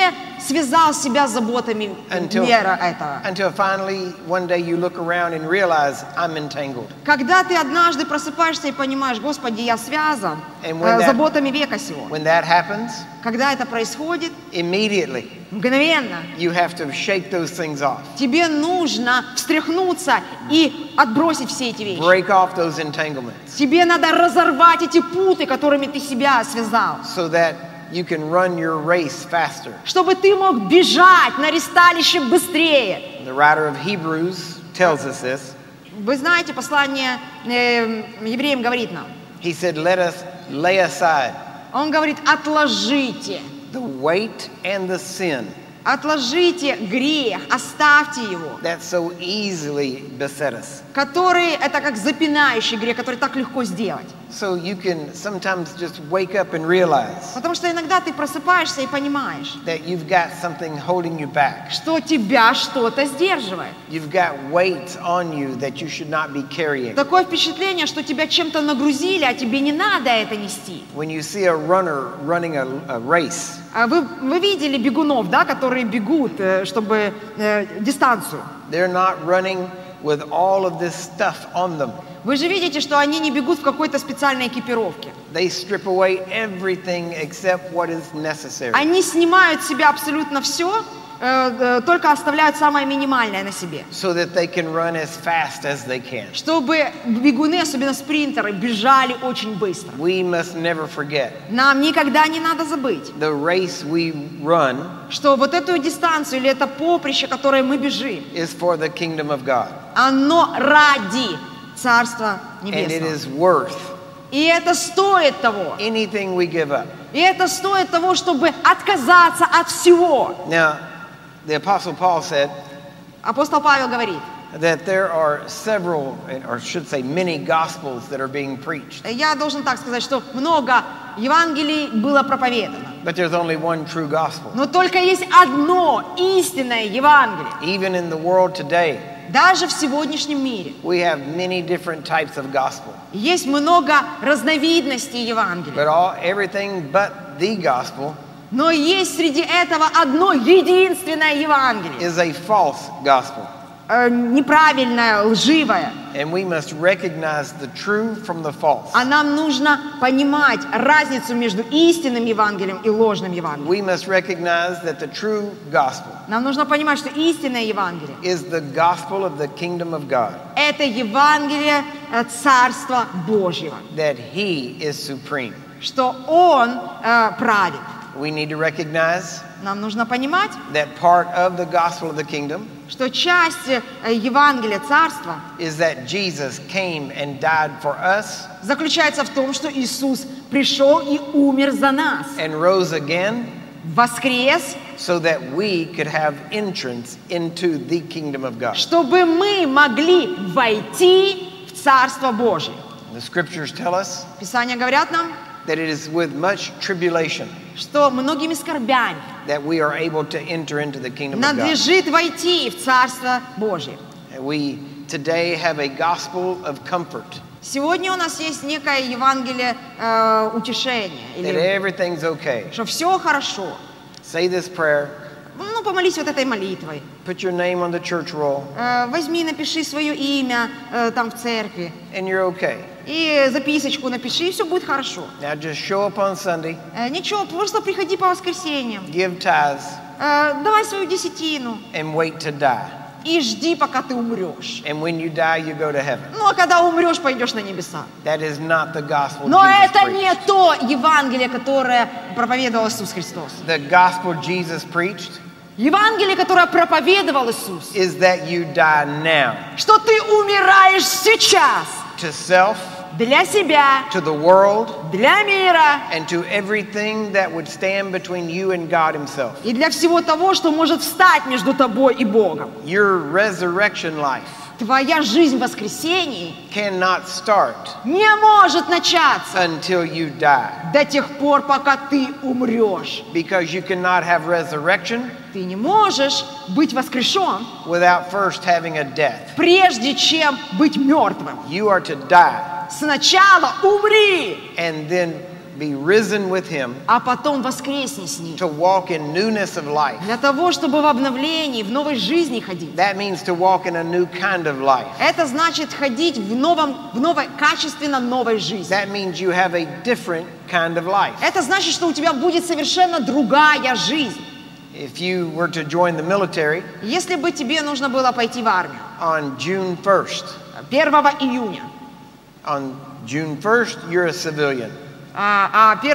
Speaker 2: связал себя с заботами
Speaker 1: Until-
Speaker 2: мира этого.
Speaker 1: until finally one day you look around and realize I'm entangled.
Speaker 2: Когда ты однажды просыпаешься и понимаешь, Господи, я связан
Speaker 1: And when
Speaker 2: э,
Speaker 1: that-
Speaker 2: заботами века сего.
Speaker 1: When that happens,
Speaker 2: Когда это происходит,
Speaker 1: immediately
Speaker 2: мгновенно
Speaker 1: you have to shake those things off,
Speaker 2: тебе нужно встряхнуться и отбросить все эти вещи.
Speaker 1: break off those entanglements.
Speaker 2: Тебе надо разорвать эти путы, которыми ты себя связал.
Speaker 1: so that you can run your race faster.
Speaker 2: Чтобы ты мог бежать на ресталище быстрее.
Speaker 1: The writer of Hebrews tells us this.
Speaker 2: Вы знаете, послание э, евреям говорит нам.
Speaker 1: He said, Let us lay aside
Speaker 2: Он говорит, отложите,
Speaker 1: the weight and the sin
Speaker 2: отложите грех, оставьте его,
Speaker 1: that so easily beset us.
Speaker 2: который, это как запинающий грех, который так легко сделать.
Speaker 1: So you can sometimes just wake up and realize
Speaker 2: Потому что иногда ты просыпаешься и понимаешь,
Speaker 1: that you've got something holding you back.
Speaker 2: что тебя что-то сдерживает.
Speaker 1: You've got weights on you that you should not be carrying.
Speaker 2: Такое впечатление, что тебя чем-то нагрузили, а тебе не надо это нести.
Speaker 1: When you see a runner running a, a race,
Speaker 2: А Вы, вы видели бегунов, да, которые бегут, э, чтобы э, дистанцию.
Speaker 1: they're not running with all of this stuff on them.
Speaker 2: Вы же видите, что они не бегут в какой-то специальной экипировке.
Speaker 1: They strip away everything except what is necessary.
Speaker 2: Они снимают с себя абсолютно все, только оставляют самое минимальное на себе.
Speaker 1: So that they can run as fast as they can.
Speaker 2: Чтобы бегуны, особенно спринтеры, бежали очень быстро.
Speaker 1: We must never forget
Speaker 2: Нам никогда не надо забыть,
Speaker 1: the race we run
Speaker 2: что вот эту дистанцию или это поприще, которое мы бежим,
Speaker 1: is for the kingdom of God.
Speaker 2: оно ради Царства
Speaker 1: And it
Speaker 2: Небесного.
Speaker 1: is worth
Speaker 2: И это стоит того.
Speaker 1: anything we give up.
Speaker 2: И это стоит того, чтобы отказаться от всего.
Speaker 1: Now, the Apostle Paul said
Speaker 2: Апостол Павел говорит,
Speaker 1: that there are several, or should say many, gospels that are being preached,
Speaker 2: я должен так сказать, что много Евангелий было проповедано.
Speaker 1: but there's only one true gospel.
Speaker 2: Но только есть одно истинное Евангелие.
Speaker 1: Even in the world today,
Speaker 2: Даже в сегодняшнем мире
Speaker 1: we have many different types of gospel,
Speaker 2: есть много разновидностей Евангелия.
Speaker 1: but all everything but the gospel
Speaker 2: Но есть среди этого одно единственное Евангелие.
Speaker 1: is a false gospel,
Speaker 2: Э, неправильное, лживое.
Speaker 1: and we must recognize the true from the false.
Speaker 2: А нам нужно понимать разницу между истинным Евангелием и ложным Евангелием.
Speaker 1: We must recognize that the true gospel
Speaker 2: Нам нужно понимать, что истинное Евангелие
Speaker 1: is the gospel of the kingdom of God,
Speaker 2: – это Евангелие э, Царства Божьего,
Speaker 1: that He is supreme.
Speaker 2: что Он э, правит.
Speaker 1: We need to recognize
Speaker 2: Нам нужно понимать,
Speaker 1: that part of the gospel of the kingdom
Speaker 2: что часть э, Евангелия Царства
Speaker 1: is that Jesus came and died for us
Speaker 2: заключается в том, что Иисус пришел и умер за нас,
Speaker 1: and rose again
Speaker 2: воскрес,
Speaker 1: so that we could have entrance into the kingdom of God.
Speaker 2: чтобы мы могли войти в Царство Божие.
Speaker 1: The scriptures tell us
Speaker 2: Писания говорят нам,
Speaker 1: that it is with much tribulation
Speaker 2: что многими скорбями
Speaker 1: that we are able to enter into the kingdom of God.
Speaker 2: надлежит войти в Царство Божие.
Speaker 1: And We today have a gospel of comfort
Speaker 2: Сегодня у нас есть некое Евангелие э, утешения,
Speaker 1: that
Speaker 2: или
Speaker 1: everything's okay.
Speaker 2: что все хорошо.
Speaker 1: Say this prayer,
Speaker 2: Ну, помолись вот этой молитвой.
Speaker 1: put your name on the church roll,
Speaker 2: Э, возьми, напиши свое имя э, там в церкви.
Speaker 1: and you're okay.
Speaker 2: И записочку напиши, и все будет хорошо.
Speaker 1: Now just show up on Sunday,
Speaker 2: Э, ничего, просто приходи по воскресеньям.
Speaker 1: give tithes,
Speaker 2: Э, давай свою десятину.
Speaker 1: and wait to die.
Speaker 2: И жди, пока ты умрешь.
Speaker 1: And when you die, you go to heaven.
Speaker 2: Ну, а когда умрешь, пойдешь на небеса.
Speaker 1: That is not the gospel
Speaker 2: Но
Speaker 1: Jesus
Speaker 2: это
Speaker 1: preached.
Speaker 2: не то Евангелие, которое проповедовал Иисус Христос.
Speaker 1: The gospel Jesus preached
Speaker 2: Евангелие, которое проповедовал Иисус.
Speaker 1: is that you die now
Speaker 2: что ты умираешь сейчас
Speaker 1: to self,
Speaker 2: для себя,
Speaker 1: to the world,
Speaker 2: для мира
Speaker 1: and to everything that would stand between you and God Himself.
Speaker 2: и для всего того, что может встать между тобой и Богом.
Speaker 1: Your resurrection life
Speaker 2: Твоя жизнь в воскресении
Speaker 1: cannot start
Speaker 2: не может начаться
Speaker 1: until you die
Speaker 2: до тех пор, пока ты умрешь.
Speaker 1: because you cannot have resurrection
Speaker 2: Ты не можешь быть воскрешен,
Speaker 1: without first having a death.
Speaker 2: прежде чем быть мертвым.
Speaker 1: You are to die
Speaker 2: Сначала умри,
Speaker 1: and then be risen with Him
Speaker 2: а потом воскресни с ним.
Speaker 1: to walk in newness of life.
Speaker 2: Для того, чтобы в обновлении, в новой жизни ходить.
Speaker 1: That means to walk in a new kind of life.
Speaker 2: Это значит ходить в новом, в новой, качественно новой жизни.
Speaker 1: That means you have a different kind of life.
Speaker 2: Это значит, что у тебя будет совершенно другая жизнь.
Speaker 1: If you were to join the military
Speaker 2: Если бы тебе нужно было пойти в армию
Speaker 1: on June 1st,
Speaker 2: 1 июня,
Speaker 1: on June 1st, you're a civilian,
Speaker 2: а, а 1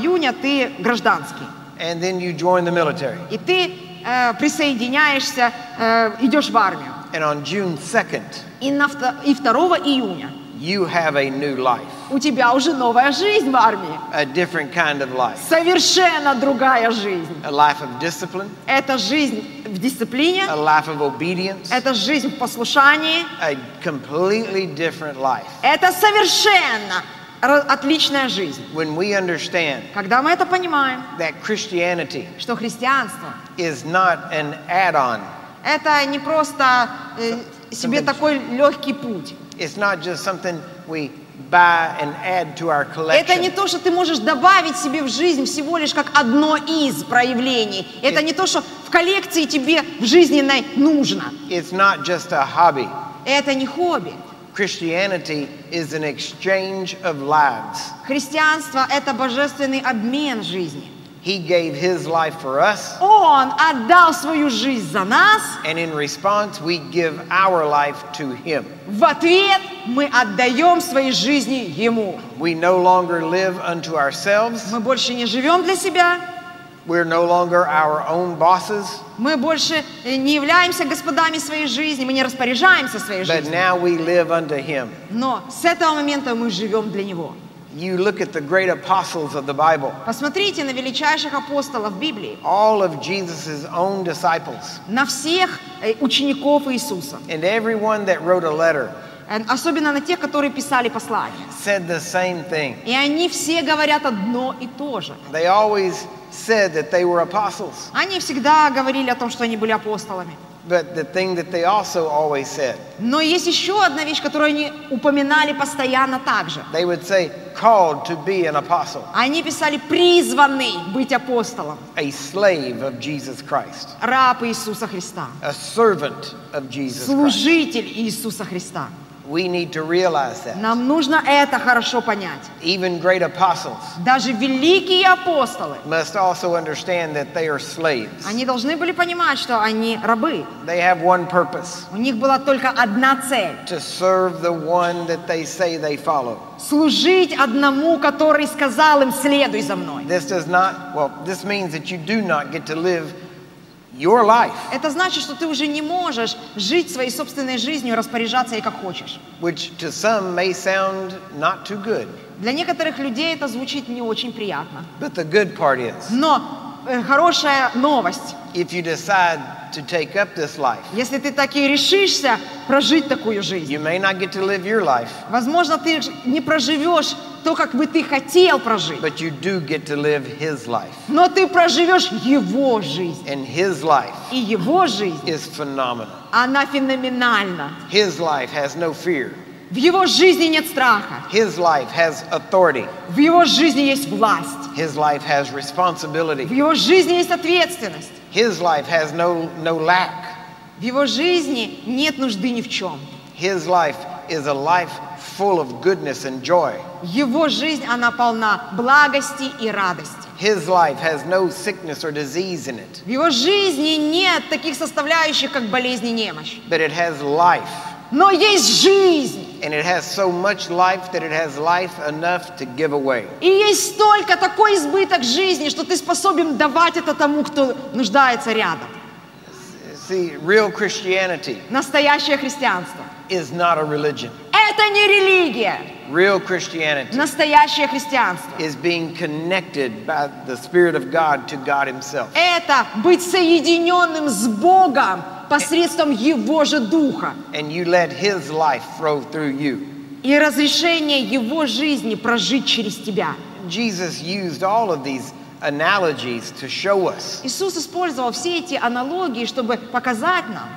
Speaker 2: июня ты гражданский,
Speaker 1: and then you join the military.
Speaker 2: и ты э, присоединяешься, э, идешь в армию.
Speaker 1: And on June 2nd,
Speaker 2: И, на, вто- и 2 июня
Speaker 1: you have a new life,
Speaker 2: у тебя уже новая жизнь в армии.
Speaker 1: a different kind of life,
Speaker 2: Совершенно другая жизнь.
Speaker 1: a life of discipline,
Speaker 2: Это жизнь в дисциплине,
Speaker 1: a life of obedience,
Speaker 2: это жизнь в послушании,
Speaker 1: a completely different life.
Speaker 2: это совершенно ра- отличная жизнь.
Speaker 1: When we understand
Speaker 2: Когда мы это понимаем,
Speaker 1: that Christianity
Speaker 2: что христианство
Speaker 1: is not an add on,
Speaker 2: Это не просто э, себе такой легкий путь.
Speaker 1: It's not just something we buy and add to our
Speaker 2: Это не
Speaker 1: collection.
Speaker 2: то, что ты можешь добавить себе в жизнь всего лишь как одно из проявлений. Это не то, что в коллекции тебе в жизненной нужно.
Speaker 1: It's not just a hobby.
Speaker 2: Это не хобби.
Speaker 1: Christianity is an exchange of lives.
Speaker 2: Христианство – это божественный обмен жизни.
Speaker 1: He gave his life for us,
Speaker 2: Он отдал свою жизнь за нас,
Speaker 1: and in response, we give our life to him.
Speaker 2: в ответ мы отдаем свои жизни Ему.
Speaker 1: We no longer live unto ourselves,
Speaker 2: Мы больше не живем для себя,
Speaker 1: we're no longer our own bosses,
Speaker 2: мы больше э, не являемся господами своей жизни, мы не распоряжаемся своей
Speaker 1: but
Speaker 2: жизнью.
Speaker 1: now we live unto him.
Speaker 2: Но с этого момента мы живем для Него.
Speaker 1: You look at the great apostles of the Bible,
Speaker 2: Посмотрите на величайших апостолов Библии,
Speaker 1: all of Jesus' own disciples,
Speaker 2: на всех э, учеников Иисуса,
Speaker 1: and everyone that wrote a letter
Speaker 2: э, особенно на тех, которые писали послания.
Speaker 1: said the same thing.
Speaker 2: И они все говорят одно и то же.
Speaker 1: They always said that they were apostles,
Speaker 2: Они всегда говорили о том, что они были апостолами.
Speaker 1: but the thing that they also always said,
Speaker 2: Но есть еще одна вещь, которую они упоминали постоянно также.
Speaker 1: they would say, called to be an apostle,
Speaker 2: Они писали призванный быть апостолом,
Speaker 1: a slave of Jesus Christ,
Speaker 2: раб Иисуса Христа,
Speaker 1: a servant of Jesus Christ.
Speaker 2: служитель Иисуса Христа.
Speaker 1: We need to realize that.
Speaker 2: Нам нужно это хорошо понять.
Speaker 1: Even great apostles
Speaker 2: Даже великие апостолы,
Speaker 1: must also understand that they are slaves.
Speaker 2: они должны были понимать, что они рабы.
Speaker 1: They have one purpose
Speaker 2: У них была только одна цель
Speaker 1: to serve the one that they say they follow.
Speaker 2: – служить одному, который сказал им «следуй за мной».
Speaker 1: This does not, well, this means that you do not get to live your life,
Speaker 2: Это значит, что ты уже не можешь жить своей собственной жизнью, и распоряжаться ей как хочешь.
Speaker 1: which to some may sound not too good.
Speaker 2: Для некоторых людей это звучит не очень приятно.
Speaker 1: But the good part is,
Speaker 2: Но э, хорошая новость.
Speaker 1: if you decide to take up this life,
Speaker 2: Если ты так и решишься прожить такую жизнь,
Speaker 1: you may not get to live your life,
Speaker 2: возможно, ты ж- не проживешь то, как бы ты хотел прожить,
Speaker 1: but you do get to live His life.
Speaker 2: но ты проживешь его жизнь.
Speaker 1: And His life
Speaker 2: И его жизнь,
Speaker 1: is phenomenal.
Speaker 2: она феноменальна.
Speaker 1: His life has no fear.
Speaker 2: В его жизни нет страха,
Speaker 1: His life has authority.
Speaker 2: в его жизни есть власть,
Speaker 1: His life has
Speaker 2: в
Speaker 1: responsibility.
Speaker 2: его жизни есть ответственность,
Speaker 1: His life has no, no lack.
Speaker 2: в его жизни нет нужды ни в чем.
Speaker 1: His life is a life full of goodness and joy.
Speaker 2: Его жизнь, она полна благости и радости.
Speaker 1: His life has no sickness or disease in it,
Speaker 2: В его жизни нет таких составляющих, как болезни и немощь.
Speaker 1: but it has life.
Speaker 2: Но есть жизнь.
Speaker 1: And it has so much life that it has life enough to give away.
Speaker 2: И есть столько, такой избыток жизни, что ты способен давать это тому, кто нуждается рядом.
Speaker 1: See, real Christianity
Speaker 2: Настоящее христианство.
Speaker 1: is not a religion.
Speaker 2: Это не религия.
Speaker 1: Real Christianity
Speaker 2: Настоящее христианство.
Speaker 1: is being connected by the Spirit of God to God Himself.
Speaker 2: Это быть соединенным с Богом посредством Его же Духа.
Speaker 1: And you let His life flow through you.
Speaker 2: И разрешение Его жизни прожить через тебя.
Speaker 1: Jesus used all of these analogies to show us.
Speaker 2: Иисус использовал все эти аналогии, чтобы показать нам,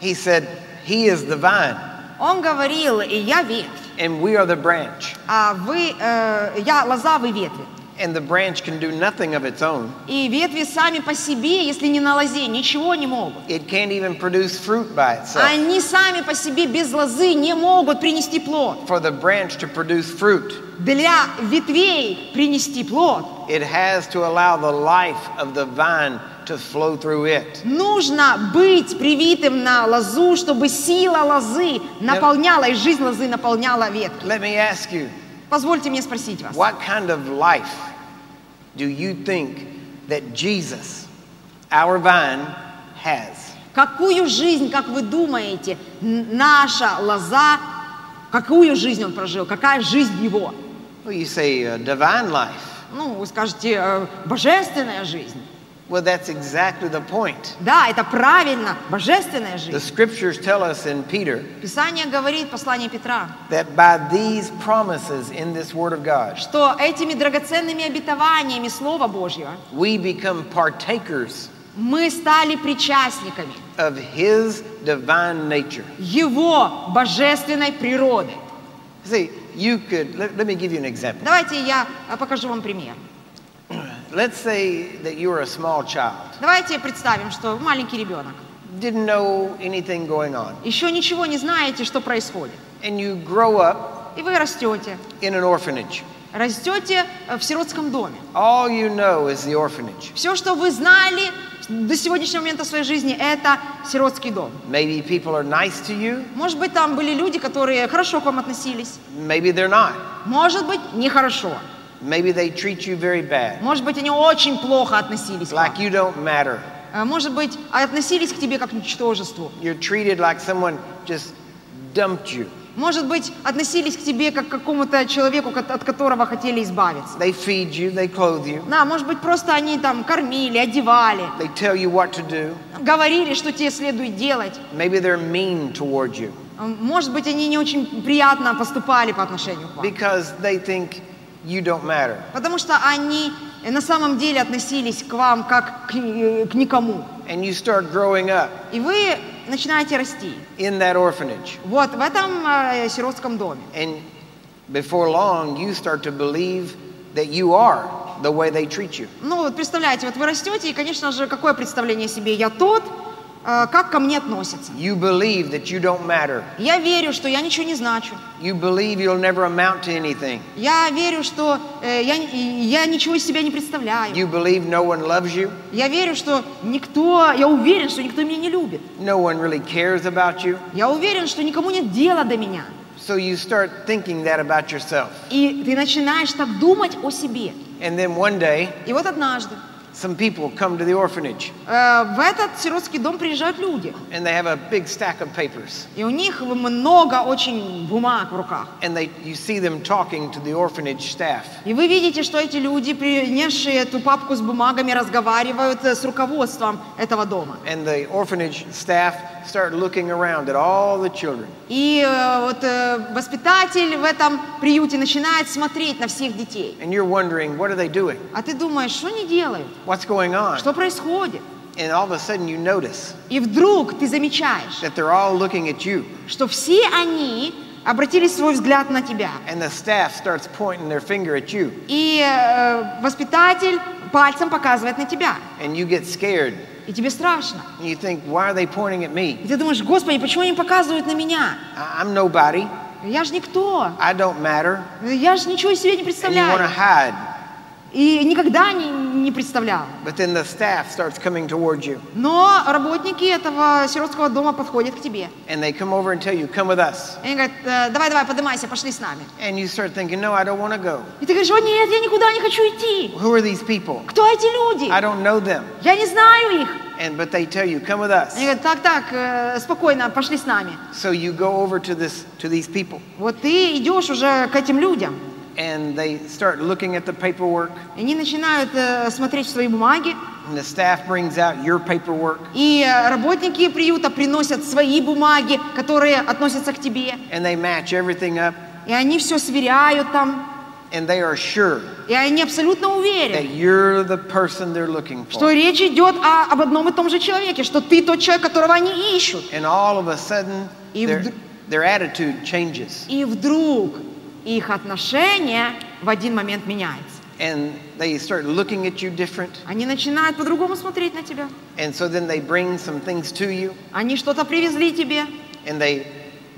Speaker 1: He said, He is the vine,
Speaker 2: Он говорил, и я ветвь,
Speaker 1: and we are the branch.
Speaker 2: а вы, э, я лоза, вы ветви.
Speaker 1: And the branch can do nothing of its own,
Speaker 2: И ветви сами по себе, если не на лозе, ничего не могут.
Speaker 1: it can't even produce fruit by itself.
Speaker 2: Они сами по себе без лозы не могут принести плод.
Speaker 1: For the branch to produce fruit,
Speaker 2: Для ветвей принести плод
Speaker 1: it has to allow the life of the vine to flow through it.
Speaker 2: нужно быть привитым на лозу, чтобы сила лозы наполняла и жизнь лозы наполняла ветки.
Speaker 1: Let me ask you,
Speaker 2: Позвольте мне спросить вас,
Speaker 1: what kind of life do you think that Jesus, our vine, has?
Speaker 2: какую жизнь, как вы думаете, н- наша лоза, какую жизнь он прожил, какая жизнь его?
Speaker 1: Well, you say a divine life.
Speaker 2: Ну, вы скажете, э, божественная жизнь.
Speaker 1: Well, that's exactly the point.
Speaker 2: Да, это правильно, божественная
Speaker 1: The
Speaker 2: жизнь.
Speaker 1: scriptures tell us in Peter
Speaker 2: Писание говорит, послание Петра,
Speaker 1: that by these promises in this word of God,
Speaker 2: что этими драгоценными обетованиями Слова Божьего
Speaker 1: we become partakers
Speaker 2: мы стали причастниками
Speaker 1: of his divine nature.
Speaker 2: Его божественной природы.
Speaker 1: See, you could, let, let me give you an example.
Speaker 2: Давайте я э, покажу вам пример.
Speaker 1: Let's say that you are a small child.
Speaker 2: Давайте представим, что маленький ребенок.
Speaker 1: didn't know anything going on.
Speaker 2: Еще ничего не знаете, что происходит.
Speaker 1: And you grow up
Speaker 2: И вы растете.
Speaker 1: in an orphanage.
Speaker 2: Растете э, в сиротском доме.
Speaker 1: All you know is the orphanage.
Speaker 2: Все, что вы знали до сегодняшнего момента своей жизни, это сиротский дом.
Speaker 1: Maybe people are nice to you,
Speaker 2: Может быть, там были люди, которые хорошо к вам относились.
Speaker 1: maybe they're not.
Speaker 2: Может быть, нехорошо.
Speaker 1: Maybe they treat you very bad,
Speaker 2: Может быть, они очень плохо относились к вам.
Speaker 1: like you don't matter.
Speaker 2: Э, Может быть, относились к тебе как к ничтожеству.
Speaker 1: You're treated like someone just dumped you.
Speaker 2: Может быть, относились к тебе как к какому-то человеку, кот- от которого хотели избавиться.
Speaker 1: They feed you, they clothe you,
Speaker 2: Да, может быть, просто они там кормили, одевали,
Speaker 1: they tell you what to do.
Speaker 2: говорили, что тебе следует делать.
Speaker 1: Maybe they're mean toward you
Speaker 2: Э, Может быть, они не очень приятно поступали по отношению к вам.
Speaker 1: because they think you don't matter.
Speaker 2: Потому что они э, на самом деле относились к вам как к, э, к никому.
Speaker 1: And you start growing up
Speaker 2: И вы начинаете расти.
Speaker 1: in that orphanage.
Speaker 2: Вот в этом э, сиротском доме.
Speaker 1: And before long, you start to believe that you are the way they treat you.
Speaker 2: Ну, вот представляете, вот вы растете, и, конечно же, какое представление о себе? Я тот, э, как ко мне относятся.
Speaker 1: You believe that you don't matter.
Speaker 2: Я верю, что я ничего не значу.
Speaker 1: You believe you'll never amount to anything.
Speaker 2: Я верю, что э, я, и я ничего из себя не представляю.
Speaker 1: You believe no one loves you,
Speaker 2: Я верю, что никто, я уверен, что никто меня не любит.
Speaker 1: no one really cares about you.
Speaker 2: Я уверен, что никому нет дела до меня.
Speaker 1: So you start thinking that about yourself.
Speaker 2: И ты начинаешь так думать о себе.
Speaker 1: And then one day,
Speaker 2: И вот однажды
Speaker 1: some people come to the orphanage
Speaker 2: э, в этот сиротский дом приезжают люди.
Speaker 1: and they have a big stack of papers.
Speaker 2: И у них много очень бумаг в руках.
Speaker 1: And they, you see them talking to the orphanage staff.
Speaker 2: И вы видите, что эти люди, принесшие эту папку с бумагами, разговаривают э, с руководством этого дома.
Speaker 1: And the orphanage staff start looking around at all the children.
Speaker 2: И э, вот э, воспитатель в этом приюте начинает смотреть на всех детей.
Speaker 1: And you're wondering, what are they doing?
Speaker 2: А ты думаешь, что они делают?
Speaker 1: What's going on?
Speaker 2: Что происходит?
Speaker 1: And all of a sudden you notice
Speaker 2: И вдруг ты замечаешь,
Speaker 1: that they're all looking at you.
Speaker 2: что все они обратили свой взгляд на тебя.
Speaker 1: And the staff starts pointing their finger at you.
Speaker 2: И э, воспитатель пальцем показывает на тебя.
Speaker 1: And you get scared.
Speaker 2: И тебе страшно.
Speaker 1: And you think, why are they pointing at me?
Speaker 2: И ты думаешь, Господи, почему они показывают на меня?
Speaker 1: I- I'm nobody.
Speaker 2: Я же никто.
Speaker 1: I don't matter.
Speaker 2: Я же ничего из себя не
Speaker 1: And you want to
Speaker 2: представляю.
Speaker 1: hide.
Speaker 2: И никогда не, не представлял.
Speaker 1: But then the staff starts coming towards you.
Speaker 2: Но работники этого сиротского дома подходят к тебе.
Speaker 1: And they come over and tell you, come with us.
Speaker 2: И они говорят, «Э, давай, давай, поднимайся, пошли с нами.
Speaker 1: And you start thinking, no, I don't want to go.
Speaker 2: И ты говоришь, о нет, я никуда не хочу идти.
Speaker 1: Who are these people?
Speaker 2: Кто эти люди?
Speaker 1: I don't know them.
Speaker 2: Я не знаю их.
Speaker 1: And but they tell you, come with
Speaker 2: Они
Speaker 1: us.
Speaker 2: говорят, так, так, э, спокойно, пошли с нами.
Speaker 1: So you go over to this to these people
Speaker 2: Вот ты идешь уже к этим людям.
Speaker 1: and they start looking at the paperwork
Speaker 2: И Они начинают э, смотреть в свои бумаги,
Speaker 1: and the staff brings out your paperwork
Speaker 2: и э, работники приюта приносят свои бумаги, которые относятся к тебе.
Speaker 1: and they match everything up
Speaker 2: И они все сверяют там,
Speaker 1: and they are sure
Speaker 2: и они абсолютно
Speaker 1: that
Speaker 2: уверены,
Speaker 1: you're the person they're looking
Speaker 2: что
Speaker 1: for.
Speaker 2: речь идет о- об одном и том же человеке, что ты тот человек, которого они ищут.
Speaker 1: And all of a sudden
Speaker 2: И
Speaker 1: their,
Speaker 2: вдруг-
Speaker 1: their attitude changes
Speaker 2: И вдруг их отношение в один момент меняется.
Speaker 1: and they start looking at you different
Speaker 2: Они начинают по-другому смотреть на тебя.
Speaker 1: and so then they bring some things to you
Speaker 2: Они что-то привезли тебе,
Speaker 1: and they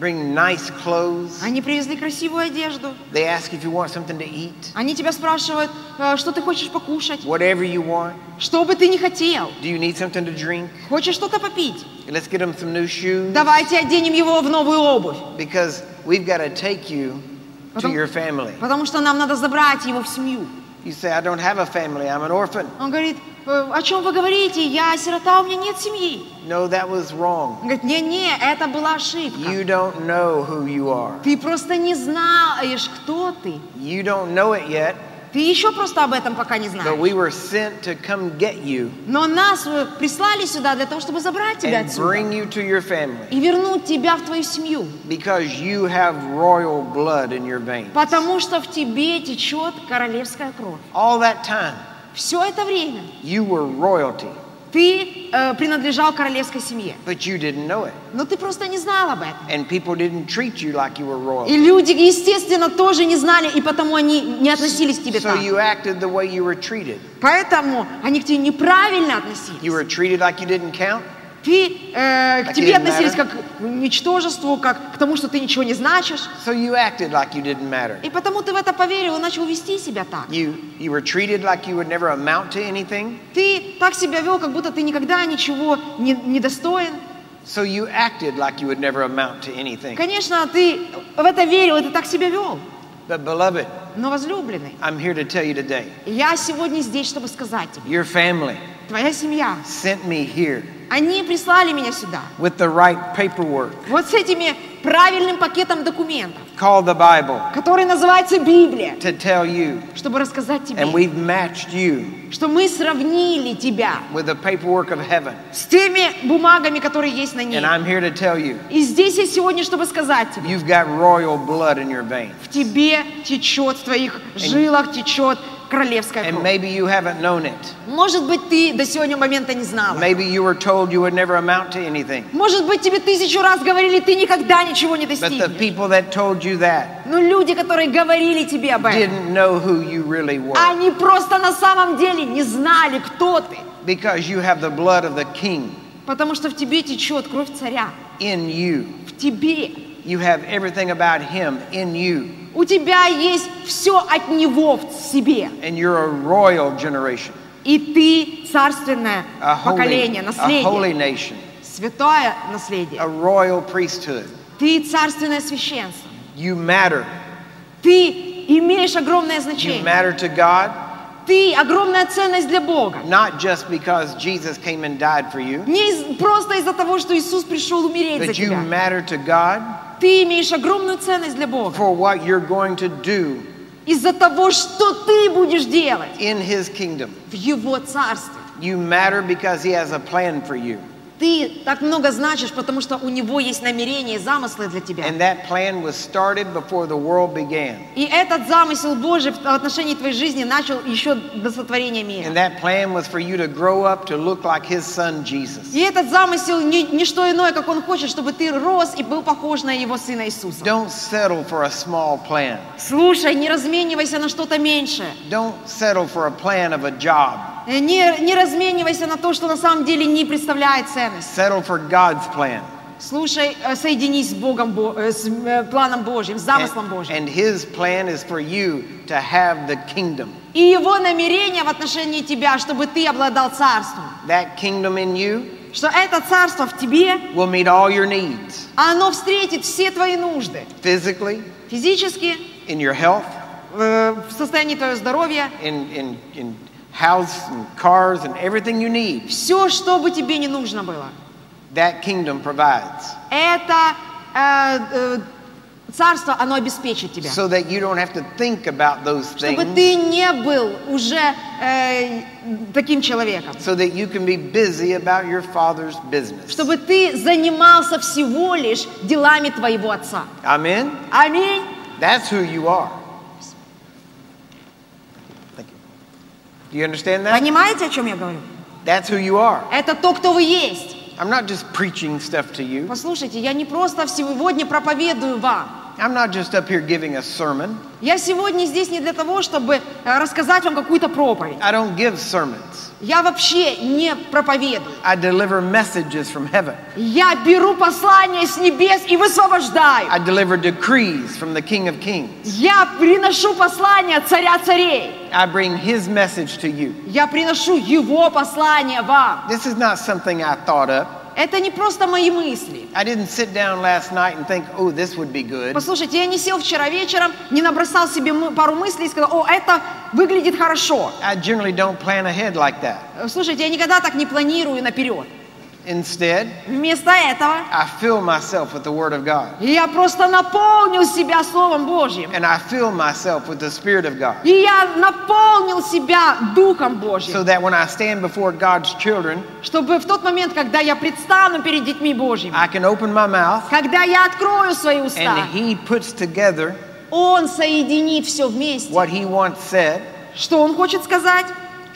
Speaker 1: bring nice clothes.
Speaker 2: они привезли красивую одежду,
Speaker 1: They ask if you want something to eat,
Speaker 2: Они тебя спрашивают, э, что ты хочешь покушать,
Speaker 1: whatever you want.
Speaker 2: что бы ты ни хотел.
Speaker 1: Do you need something to drink?
Speaker 2: Хочешь что-то попить?
Speaker 1: Let's get them some new shoes
Speaker 2: Давайте оденем его в новую обувь,
Speaker 1: because we've got to take you to
Speaker 2: Потом-
Speaker 1: your family.
Speaker 2: потому что нам надо забрать его в семью.
Speaker 1: You say, I don't have a family, I'm an orphan.
Speaker 2: Он говорит, «Э, о чем вы говорите? Я сирота, у меня нет семьи.
Speaker 1: No, that was wrong.
Speaker 2: Он говорит, не-не, это была ошибка.
Speaker 1: You don't know who you are.
Speaker 2: Ты просто не знаешь, кто ты.
Speaker 1: You don't know it yet,
Speaker 2: Ты еще просто об этом пока не
Speaker 1: but
Speaker 2: знаешь.
Speaker 1: we were sent to come get you
Speaker 2: Но нас э, прислали сюда для того, чтобы забрать тебя
Speaker 1: and
Speaker 2: отсюда
Speaker 1: bring you to your family
Speaker 2: и вернуть тебя в твою семью,
Speaker 1: because you have royal blood in your veins.
Speaker 2: потому что в тебе течет королевская кровь.
Speaker 1: All that time,
Speaker 2: Все это время
Speaker 1: you were royalty,
Speaker 2: ты э, принадлежал королевской семье,
Speaker 1: but you didn't know it.
Speaker 2: но ты просто не знал об этом.
Speaker 1: And people didn't treat you like you were
Speaker 2: И
Speaker 1: royalty.
Speaker 2: люди, естественно, тоже не знали, и потому они не относились к тебе
Speaker 1: So
Speaker 2: так.
Speaker 1: you acted the way you were treated.
Speaker 2: Поэтому они к тебе неправильно относились.
Speaker 1: You were treated like you didn't count.
Speaker 2: Ты, э, к
Speaker 1: Like it
Speaker 2: тебе
Speaker 1: didn't
Speaker 2: относились
Speaker 1: matter.
Speaker 2: как к ничтожеству, как к тому, что ты ничего не значишь.
Speaker 1: So you acted like you didn't matter.
Speaker 2: И потому ты в это поверил и начал вести себя так.
Speaker 1: You, you were treated like you would never amount to anything.
Speaker 2: Ты так себя вел, как будто ты никогда ничего не, не достоин.
Speaker 1: So you acted like you would never amount to anything.
Speaker 2: Конечно, ты в это верил, и ты так себя вел.
Speaker 1: But, beloved,
Speaker 2: Но, возлюбленный,
Speaker 1: I'm here to tell you today
Speaker 2: я сегодня здесь, чтобы сказать тебе,
Speaker 1: your family
Speaker 2: твоя семья,
Speaker 1: sent me here
Speaker 2: они прислали меня сюда,
Speaker 1: with the right paperwork
Speaker 2: вот с этими правильным пакетом документов,
Speaker 1: called the Bible
Speaker 2: который называется Библия,
Speaker 1: to tell you.
Speaker 2: чтобы рассказать тебе,
Speaker 1: And we've matched you
Speaker 2: что мы сравнили тебя
Speaker 1: with the paperwork of heaven.
Speaker 2: с теми бумагами, которые есть на ней.
Speaker 1: And I'm here to tell you,
Speaker 2: И здесь я сегодня, чтобы сказать тебе,
Speaker 1: you've got royal blood in your veins.
Speaker 2: в тебе течет, в твоих жилах течет королевская
Speaker 1: And
Speaker 2: кровь.
Speaker 1: maybe you haven't known it.
Speaker 2: Может быть, ты до сегодня момента не знала.
Speaker 1: Maybe you were told you would never amount to anything.
Speaker 2: Может быть, тебе тысячу раз говорили, ты никогда ничего не
Speaker 1: But the
Speaker 2: достигнешь.
Speaker 1: people that told you that
Speaker 2: Но люди, которые говорили тебе об этом,
Speaker 1: didn't know who you really were
Speaker 2: они просто на самом деле не знали, кто ты.
Speaker 1: because you have the blood of the king
Speaker 2: Потому что в тебе течет кровь царя.
Speaker 1: in you.
Speaker 2: В тебе.
Speaker 1: You have everything about him in you.
Speaker 2: У тебя есть все от него в себе.
Speaker 1: And you're a royal generation,
Speaker 2: И ты царственное
Speaker 1: a holy,
Speaker 2: поколение,
Speaker 1: a holy
Speaker 2: наследие,
Speaker 1: nation,
Speaker 2: святое
Speaker 1: a
Speaker 2: наследие.
Speaker 1: royal priesthood.
Speaker 2: Ты царственное священство.
Speaker 1: You matter.
Speaker 2: Ты имеешь огромное
Speaker 1: You
Speaker 2: значение.
Speaker 1: matter to God,
Speaker 2: Ты огромная ценность для Бога.
Speaker 1: not just because Jesus came and died for you,
Speaker 2: Не из- просто из-за того, что Иисус пришел умереть за
Speaker 1: but you
Speaker 2: тебя.
Speaker 1: matter to God
Speaker 2: Ты имеешь огромную ценность для Бога.
Speaker 1: for what you're going to do
Speaker 2: Из-за того, что ты будешь делать
Speaker 1: in his kingdom.
Speaker 2: в Его Царстве.
Speaker 1: You matter because he has a plan for you.
Speaker 2: Ты так много значишь, потому что у Него есть намерения и замыслы для тебя.
Speaker 1: And that plan was started before the world began.
Speaker 2: И этот замысел Божий в отношении твоей жизни начал еще до сотворения мира.
Speaker 1: And that plan was for you to grow up to look like his son Jesus.
Speaker 2: И этот замысел не, не что иное, как Он хочет, чтобы ты рос и был похож на Его Сына Иисуса.
Speaker 1: Don't settle for a small plan.
Speaker 2: Слушай, не разменивайся на что-то меньшее.
Speaker 1: Don't settle for a plan of a job.
Speaker 2: Э, Не, не разменивайся на то, что на самом деле не представляет ценность.
Speaker 1: Settle for God's plan.
Speaker 2: Слушай, э, соединись с Богом, Бо- э, с э, планом Божьим, с
Speaker 1: And,
Speaker 2: замыслом Божьим.
Speaker 1: and his plan is for you to have the kingdom.
Speaker 2: И Его намерение в отношении тебя, чтобы ты обладал царством.
Speaker 1: That kingdom in you
Speaker 2: Что это царство в тебе, а
Speaker 1: will meet all your needs
Speaker 2: оно встретит все твои нужды.
Speaker 1: physically,
Speaker 2: Физически,
Speaker 1: in your health,
Speaker 2: э, в состоянии твоего здоровья,
Speaker 1: in, in, in house and cars and everything you need.
Speaker 2: все, что бы тебе не нужно было.
Speaker 1: That kingdom provides
Speaker 2: Это э, э, царство, оно обеспечит тебя.
Speaker 1: so that you don't have to think about those
Speaker 2: Чтобы
Speaker 1: things.
Speaker 2: ты не был уже э, таким человеком.
Speaker 1: so that you can be busy about your father's business.
Speaker 2: Чтобы ты занимался всего лишь делами твоего отца.
Speaker 1: Amen?
Speaker 2: Аминь.
Speaker 1: That's who you are. Thank you. Do you understand that?
Speaker 2: Понимаете, о чем я говорю?
Speaker 1: That's who you are.
Speaker 2: Э? Это то, кто вы есть.
Speaker 1: I'm not just preaching stuff to you.
Speaker 2: Послушайте, я не просто сегодня проповедую вам.
Speaker 1: I'm not just up here giving a sermon.
Speaker 2: Я сегодня здесь не для того, чтобы э, рассказать вам какую-то проповедь.
Speaker 1: I don't give sermons.
Speaker 2: Я вообще не проповедую.
Speaker 1: I deliver messages from heaven.
Speaker 2: Я беру послание с небес и высвобождаю.
Speaker 1: I deliver decrees from the King of Kings.
Speaker 2: Я приношу послание царя царей.
Speaker 1: I bring his message to you.
Speaker 2: Я приношу его послание вам.
Speaker 1: This is not something I thought up.
Speaker 2: Это не просто мои мысли.
Speaker 1: I didn't sit down last night and think, oh, this would be good.
Speaker 2: Послушайте, я не сел вчера вечером, не набросал себе мы- пару мыслей и сказал, о, это выглядит хорошо.
Speaker 1: I generally don't plan ahead like that.
Speaker 2: Э, Слушайте, я никогда так не планирую наперед.
Speaker 1: Instead,
Speaker 2: Вместо этого
Speaker 1: I fill myself with the Word of God,
Speaker 2: я просто наполнил себя Словом Божьим.
Speaker 1: and I fill myself with the Spirit of God,
Speaker 2: И я наполнил себя Духом Божьим,
Speaker 1: so that when I stand before God's children,
Speaker 2: чтобы в тот момент, когда я предстану перед детьми Божьими,
Speaker 1: I can open my mouth,
Speaker 2: когда я открою свои уста,
Speaker 1: and He puts together
Speaker 2: Он соединит все вместе,
Speaker 1: what He once said,
Speaker 2: что Он хочет сказать,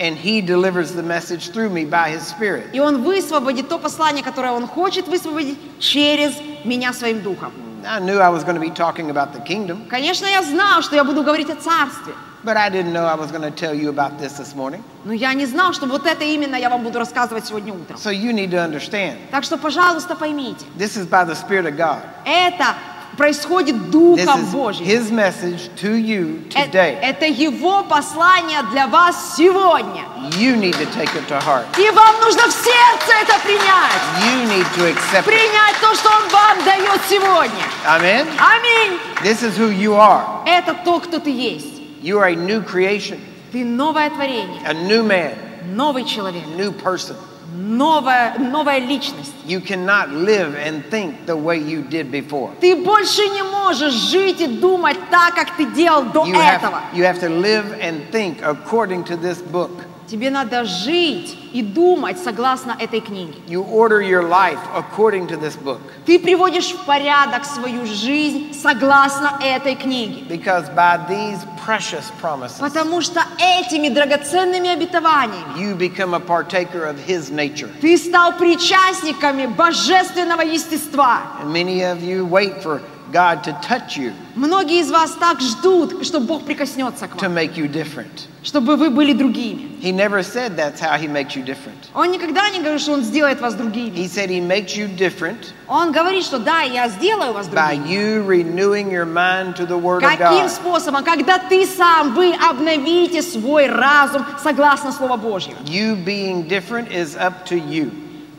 Speaker 1: and He delivers the message through me by His Spirit.
Speaker 2: и Он высвободит то послание, которое Он хочет высвободить через меня своим Духом.
Speaker 1: I knew I was going to be talking about the kingdom,
Speaker 2: Конечно, я знал, что я буду говорить о царстве,
Speaker 1: but I didn't know I was going to tell you about this this morning.
Speaker 2: но я не знал, что вот это именно я вам буду рассказывать сегодня утром.
Speaker 1: So you need to understand
Speaker 2: Так что, пожалуйста, поймите,
Speaker 1: this is by the Spirit of God.
Speaker 2: это происходит
Speaker 1: This
Speaker 2: Духом
Speaker 1: is
Speaker 2: Божьим.
Speaker 1: His message to you
Speaker 2: Э-
Speaker 1: today.
Speaker 2: Это Его послание для вас сегодня.
Speaker 1: You need to take it to heart.
Speaker 2: И вам нужно в сердце это принять.
Speaker 1: You need to accept it.
Speaker 2: Принять то, что Он вам дает сегодня.
Speaker 1: Amen?
Speaker 2: Аминь.
Speaker 1: This is who you are.
Speaker 2: Это то, кто ты есть.
Speaker 1: You are a new creation,
Speaker 2: Ты новое творение,
Speaker 1: a new man,
Speaker 2: новый человек,
Speaker 1: a new person.
Speaker 2: новая, новая личность.
Speaker 1: You cannot live and think the way you did before.
Speaker 2: Ты больше не можешь жить и думать так, как ты делал до
Speaker 1: You
Speaker 2: этого.
Speaker 1: have, you have to live and think according to this book.
Speaker 2: Тебе надо жить и думать согласно этой книге.
Speaker 1: You order your life according to this book.
Speaker 2: Ты приводишь в порядок свою жизнь согласно этой книге.
Speaker 1: Because by these precious promises,
Speaker 2: Потому что этими драгоценными обетованиями
Speaker 1: you become a partaker of His nature.
Speaker 2: ты стал причастниками божественного естества.
Speaker 1: And many of you wait for God to touch you
Speaker 2: Многие из вас так ждут, что Бог прикоснется к
Speaker 1: to
Speaker 2: вам,
Speaker 1: make you different.
Speaker 2: чтобы вы были другими.
Speaker 1: He never said that's how He makes you different.
Speaker 2: Он никогда не говорит, что Он сделает вас другими.
Speaker 1: He said He makes you different
Speaker 2: Он говорит, что да, я сделаю вас
Speaker 1: by
Speaker 2: другими.
Speaker 1: you renewing your mind to the Word of
Speaker 2: Каким
Speaker 1: God.
Speaker 2: способом? Когда ты сам, вы обновите свой разум согласно Слову Божьему.
Speaker 1: You being different is up to you.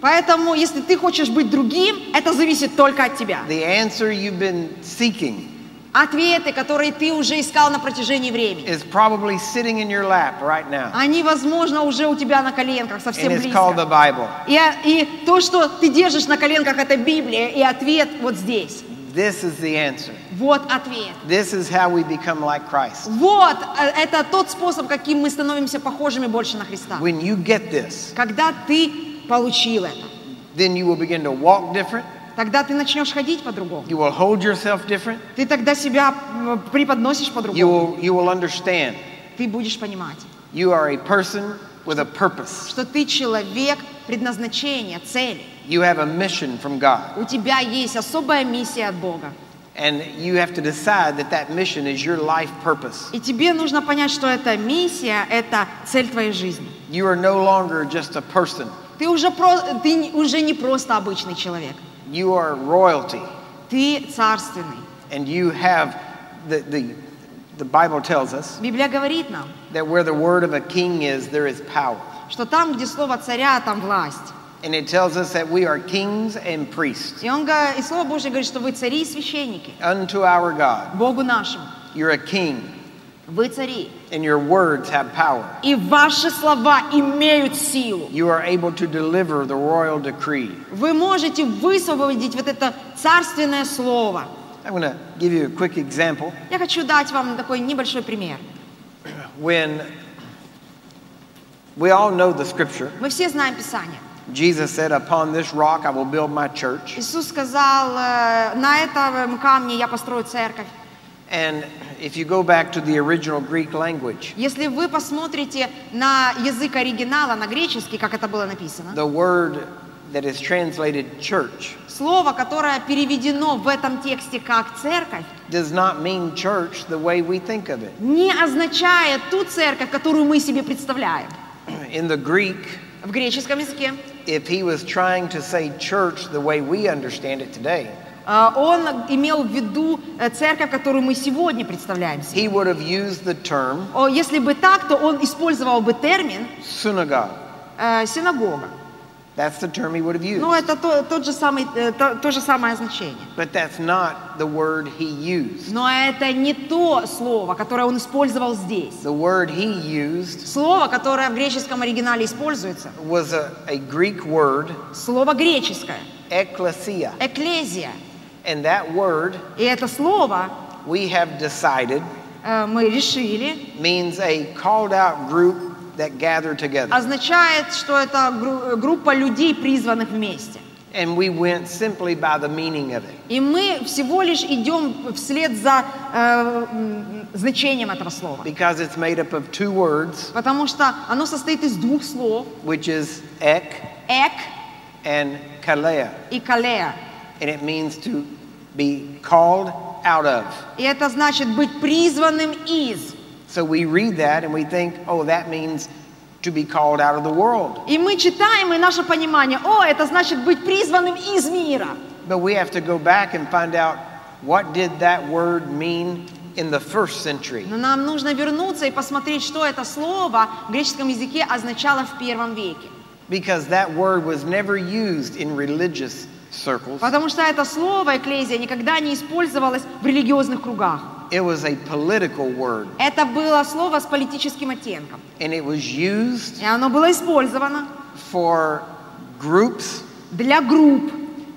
Speaker 2: Поэтому, если ты хочешь быть другим, это зависит только от тебя.
Speaker 1: The answer you've been seeking
Speaker 2: Ответы, которые ты уже искал на протяжении времени,
Speaker 1: is probably sitting in your lap right now.
Speaker 2: они, возможно, уже у тебя на коленках, совсем
Speaker 1: And it's called the
Speaker 2: близко.
Speaker 1: Bible.
Speaker 2: И, а, и то, что ты держишь на коленках, это Библия, и ответ вот здесь.
Speaker 1: This is the answer.
Speaker 2: Вот ответ.
Speaker 1: This is how we become like Christ.
Speaker 2: Вот э, это тот способ, каким мы становимся похожими больше на Христа.
Speaker 1: When you get this,
Speaker 2: Когда ты получил это,
Speaker 1: then you will begin to walk different.
Speaker 2: тогда ты начнешь ходить по-другому.
Speaker 1: You will hold yourself different.
Speaker 2: Ты тогда себя м, преподносишь
Speaker 1: You
Speaker 2: по-другому.
Speaker 1: will you will understand.
Speaker 2: Ты будешь понимать,
Speaker 1: You are a person with a purpose.
Speaker 2: что ты человек предназначения, цели.
Speaker 1: You have a mission from God,
Speaker 2: У тебя есть особая миссия от Бога.
Speaker 1: and you have to decide that that mission is your life purpose.
Speaker 2: И тебе нужно понять, что эта миссия – это цель твоей жизни.
Speaker 1: You are no longer just a person.
Speaker 2: Ты уже, про- ты не- уже не просто обычный человек.
Speaker 1: You are royalty,
Speaker 2: Ты царственный.
Speaker 1: and you have the the the Bible tells us
Speaker 2: Библия говорит нам,
Speaker 1: that where the word of a king is, there is power.
Speaker 2: что там, где слово царя, там власть.
Speaker 1: And it tells us that we are kings and priests
Speaker 2: И, он, го- и Слово Божье говорит, что вы цари и священники
Speaker 1: unto our God.
Speaker 2: Богу нашему.
Speaker 1: You're a king,
Speaker 2: Вы цари.
Speaker 1: and your words have power.
Speaker 2: И ваши слова имеют силу.
Speaker 1: You are able to deliver the royal decree.
Speaker 2: Вы можете высвободить вот это царственное слово.
Speaker 1: I'm going to give you a quick example.
Speaker 2: Я хочу дать вам такой небольшой пример.
Speaker 1: When we all know the scripture,
Speaker 2: Мы все знаем Писание.
Speaker 1: Jesus said, Upon this rock I will build my church.
Speaker 2: Иисус сказал, э, на этом камне я построю церковь.
Speaker 1: And if you go back to the original Greek language,
Speaker 2: Если вы посмотрите на язык оригинала, на греческий, как это было написано,
Speaker 1: the word that is translated church
Speaker 2: слово, которое переведено в этом тексте как церковь,
Speaker 1: does not mean church the way we think of it.
Speaker 2: не означает ту церковь, которую мы себе представляем.
Speaker 1: In the Greek,
Speaker 2: В греческом языке
Speaker 1: If he was trying to say church the way we understand it today,
Speaker 2: э, он имел в виду э, церковь, которую мы сегодня представляем себе.
Speaker 1: he would have used the term
Speaker 2: О, Если бы так, то он использовал бы термин
Speaker 1: synagogue.
Speaker 2: э, синагога.
Speaker 1: That's the term he would have used.
Speaker 2: Ну, это то, тот же самый, э, то, то же самое значение.
Speaker 1: But that's not the word he used.
Speaker 2: Но это не то слово, которое он использовал здесь.
Speaker 1: The word he used
Speaker 2: Слово, которое в греческом оригинале используется,
Speaker 1: was a, a Greek word,
Speaker 2: слово греческое,
Speaker 1: ekklesia.
Speaker 2: эклезия.
Speaker 1: And that word,
Speaker 2: И это слово
Speaker 1: we have decided,
Speaker 2: э, мы решили,
Speaker 1: means a called out group that gather together.
Speaker 2: означает, что это гру- группа людей, призванных вместе.
Speaker 1: And we went simply by the meaning of it.
Speaker 2: И мы всего лишь идем вслед за э, м, значением этого слова.
Speaker 1: Because it's made up of two words,
Speaker 2: Потому что оно состоит из двух слов
Speaker 1: which is ek
Speaker 2: «эк»
Speaker 1: and kalea.
Speaker 2: и «калея».
Speaker 1: and it means to be called out of.
Speaker 2: И это значит быть призванным из.
Speaker 1: So we read that and we think, oh, that means to be called out of the world.
Speaker 2: И мы читаем, и наше понимание, о, это значит быть призванным из мира.
Speaker 1: But we have to go back and find out what did that word mean in the first century.
Speaker 2: Но нам нужно вернуться и посмотреть, что это слово в греческом языке означало в первом веке.
Speaker 1: Because that word was never used in religious circles.
Speaker 2: Потому что это слово «экклезия» никогда не использовалось в религиозных кругах.
Speaker 1: It was a political word,
Speaker 2: Это было слово с политическим оттенком.
Speaker 1: and it was used
Speaker 2: И оно было использовано
Speaker 1: for groups
Speaker 2: для групп,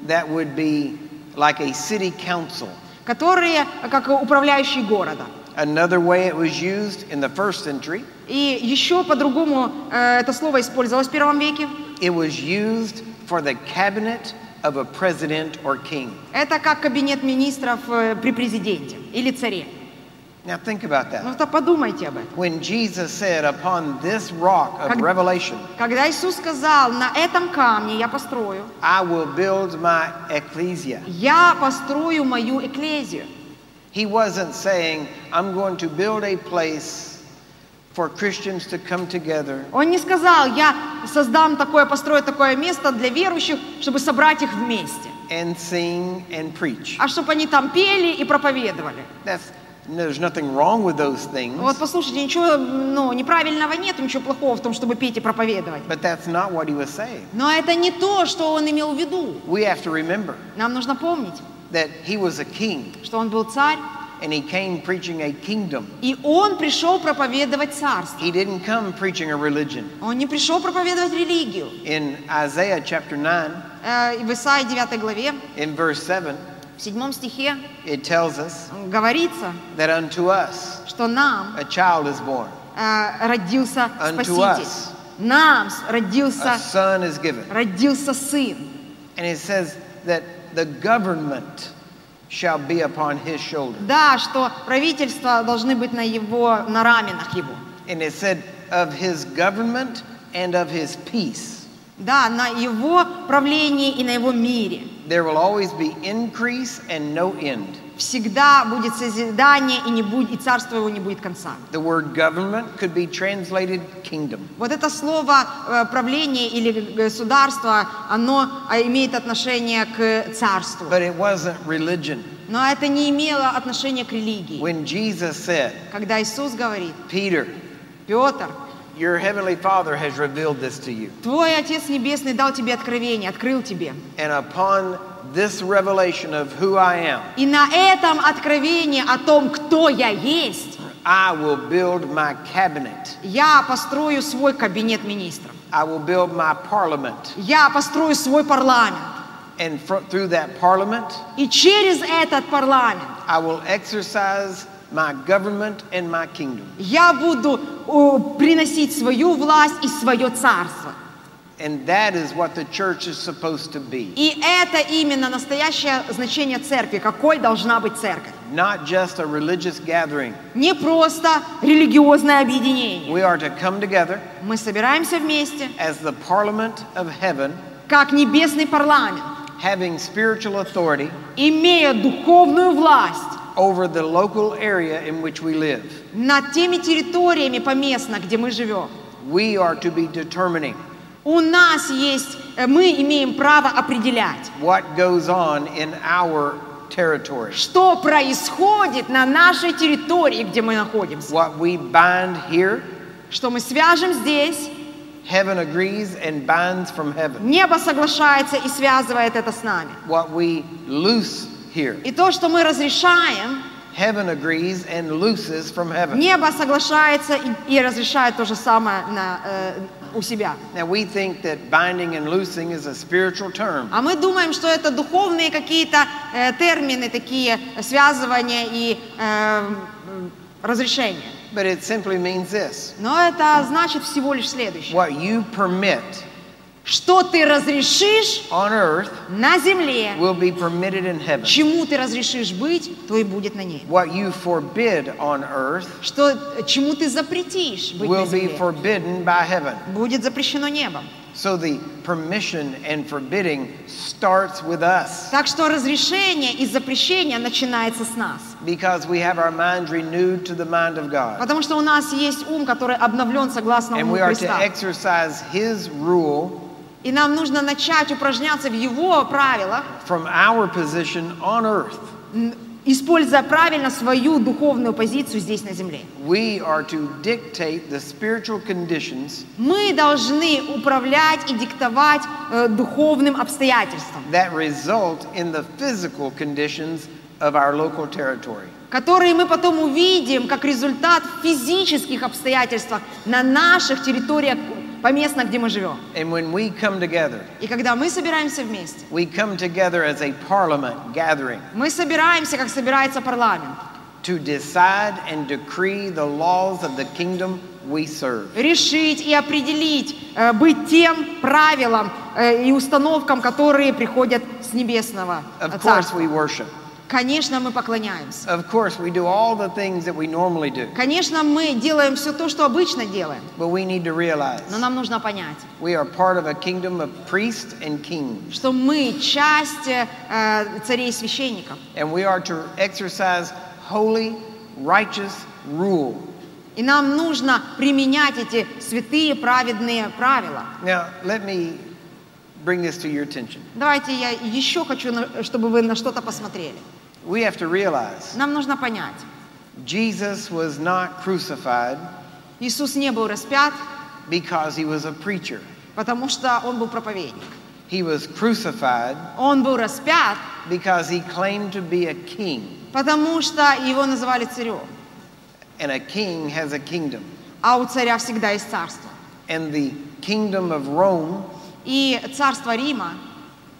Speaker 1: that would be like a city council.
Speaker 2: которые как управляющие города.
Speaker 1: Another way it was used in the first century,
Speaker 2: И еще по-другому э, это слово использовалось в первом веке.
Speaker 1: it was used for the cabinet of a president or king.
Speaker 2: Это как кабинет министров э, при президенте или царе.
Speaker 1: Now think about
Speaker 2: Ну
Speaker 1: that.
Speaker 2: то подумайте об этом.
Speaker 1: When Jesus said, Upon this rock of
Speaker 2: Как-
Speaker 1: revelation,
Speaker 2: Когда Иисус сказал, на этом камне я построю,
Speaker 1: I will build my ecclesia,
Speaker 2: я построю мою экклезию.
Speaker 1: he wasn't saying, I'm going to build a place for Christians to come together
Speaker 2: Он не сказал, я создам такое, построю такое место для верующих, чтобы собрать их вместе,
Speaker 1: and sing and preach.
Speaker 2: а чтобы они там пели и проповедовали.
Speaker 1: That's, there's nothing wrong with those things.
Speaker 2: Вот послушайте, ничего ну, неправильного нет, ничего плохого в том, чтобы петь и проповедовать.
Speaker 1: But that's not what he was saying.
Speaker 2: Но это не то, что он имел в виду.
Speaker 1: We have to remember
Speaker 2: Нам нужно помнить,
Speaker 1: that he was a king
Speaker 2: что он был царь,
Speaker 1: and he came preaching a kingdom.
Speaker 2: и он prишел проповедовать царство.
Speaker 1: He didn't come preaching a religion.
Speaker 2: Он не пришел проповедовать религию.
Speaker 1: In Isaiah chapter 9,
Speaker 2: Э, и В Исаии 9 главе,
Speaker 1: in verse 7,
Speaker 2: в 7 стихе
Speaker 1: it tells us
Speaker 2: говорится,
Speaker 1: that unto us
Speaker 2: что нам
Speaker 1: a child is born,
Speaker 2: э, родился
Speaker 1: Unto
Speaker 2: Спаситель.
Speaker 1: us.
Speaker 2: Нам с-
Speaker 1: a
Speaker 2: родился,
Speaker 1: son is given.
Speaker 2: родился Сын.
Speaker 1: And it says that the government shall be upon his shoulder.
Speaker 2: Да, что правительства должны быть на его, на раменах его.
Speaker 1: And it said, of his government and of his peace.
Speaker 2: Да, на его правлении и на его мире.
Speaker 1: There will always be increase and no end.
Speaker 2: Всегда будет созидание, и, не будет, и царство его не будет конца.
Speaker 1: The word government could be translated kingdom.
Speaker 2: Вот это слово э, правление или государство, оно а, имеет отношение к царству.
Speaker 1: But it wasn't religion.
Speaker 2: Но это не имело отношения к религии.
Speaker 1: When Jesus said,
Speaker 2: Когда Иисус говорит,
Speaker 1: Peter,
Speaker 2: Петр,
Speaker 1: your heavenly Father has revealed this to you,
Speaker 2: твой Отец Небесный дал тебе откровение, открыл тебе.
Speaker 1: and upon this revelation of who I am,
Speaker 2: И на этом откровении о том, кто я есть,
Speaker 1: I will build my cabinet,
Speaker 2: я построю свой кабинет министров.
Speaker 1: I will build my parliament,
Speaker 2: Я построю свой парламент.
Speaker 1: and fr- through that parliament,
Speaker 2: И через этот парламент
Speaker 1: I will exercise my government and my kingdom.
Speaker 2: я буду о, приносить свою власть и свое царство.
Speaker 1: And that is what the church is supposed to be.
Speaker 2: И это именно настоящее значение церкви, какой должна быть церковь.
Speaker 1: Not just a religious gathering.
Speaker 2: Не просто религиозное объединение.
Speaker 1: We are to come together
Speaker 2: Мы собираемся вместе,
Speaker 1: as the parliament of heaven,
Speaker 2: как небесный парламент,
Speaker 1: having spiritual authority
Speaker 2: имея духовную власть
Speaker 1: over the local area in which we live.
Speaker 2: над теми территориями поместно, где мы живем.
Speaker 1: We are to be determining
Speaker 2: У нас есть, э, мы имеем право определять,
Speaker 1: what goes on in our territory,
Speaker 2: что происходит на нашей территории, где мы находимся.
Speaker 1: what we bind here.
Speaker 2: Что мы свяжем здесь,
Speaker 1: Heaven agrees and binds from heaven.
Speaker 2: небо соглашается и связывает это с нами.
Speaker 1: What we loose here,
Speaker 2: И то, что мы разрешаем,
Speaker 1: heaven agrees and looses from heaven.
Speaker 2: небо соглашается и, и разрешает то же самое на, э, у себя.
Speaker 1: Now, we think that binding and loosing is a spiritual term,
Speaker 2: А мы думаем, что это духовные какие-то э, термины, такие связывания и э, м, разрешения.
Speaker 1: but it simply means this
Speaker 2: Но это значит всего лишь следующее.
Speaker 1: what you permit
Speaker 2: Что ты разрешишь
Speaker 1: on earth
Speaker 2: на земле,
Speaker 1: will be permitted in heaven.
Speaker 2: чему ты разрешишь быть, то и будет на ней.
Speaker 1: What you forbid on earth
Speaker 2: Что, чему ты запретишь быть на
Speaker 1: will be
Speaker 2: земле,
Speaker 1: forbidden by heaven.
Speaker 2: будет запрещено небом.
Speaker 1: So the permission and forbidding starts with us
Speaker 2: Так что разрешение и запрещение начинается с нас.
Speaker 1: because we have our mind renewed to the mind of God.
Speaker 2: Потому что у нас есть ум, который обновлен согласно
Speaker 1: And
Speaker 2: уму
Speaker 1: we are to
Speaker 2: Христа.
Speaker 1: exercise His rule
Speaker 2: И нам нужно начать упражняться в Его правилах,
Speaker 1: from our position on earth.
Speaker 2: м, используя правильно свою духовную позицию здесь на земле.
Speaker 1: We are to dictate the spiritual conditions
Speaker 2: Мы должны управлять и диктовать э, духовным обстоятельствам,
Speaker 1: that result in the physical conditions of our local territory.
Speaker 2: которые мы потом увидим как результат в физических обстоятельствах на наших территориях поместно, где мы живем.
Speaker 1: And when we come together,
Speaker 2: И когда мы собираемся вместе,
Speaker 1: we come together as a parliament gathering
Speaker 2: мы собираемся, как собирается парламент,
Speaker 1: to decide and decree the laws of the kingdom we serve.
Speaker 2: решить и определить, э, быть тем правилам э, и установкам, которые приходят с небесного
Speaker 1: Of course,
Speaker 2: Царства.
Speaker 1: we worship.
Speaker 2: Конечно, мы поклоняемся.
Speaker 1: Of course, we do all the things that we normally do.
Speaker 2: Конечно, мы делаем все то, что обычно делаем,
Speaker 1: But we need to realize
Speaker 2: но нам нужно понять,
Speaker 1: we are part of a kingdom of priests and kings,
Speaker 2: что мы часть э, э, царей и священников,
Speaker 1: and we are to exercise holy, righteous rule.
Speaker 2: и нам нужно применять эти святые праведные правила.
Speaker 1: Now, let me bring this to your attention.
Speaker 2: Давайте я еще хочу, на- чтобы вы на что-то посмотрели.
Speaker 1: We have to realize
Speaker 2: Нам нужно понять,
Speaker 1: Jesus was not crucified
Speaker 2: Иисус не был распят,
Speaker 1: because he was a preacher.
Speaker 2: потому что Он был проповедник.
Speaker 1: He was crucified
Speaker 2: Он был распят,
Speaker 1: because he claimed to be a king,
Speaker 2: потому что его называли царем,
Speaker 1: and a king has a kingdom.
Speaker 2: а у царя всегда есть царство.
Speaker 1: And the kingdom of Rome
Speaker 2: И царство Рима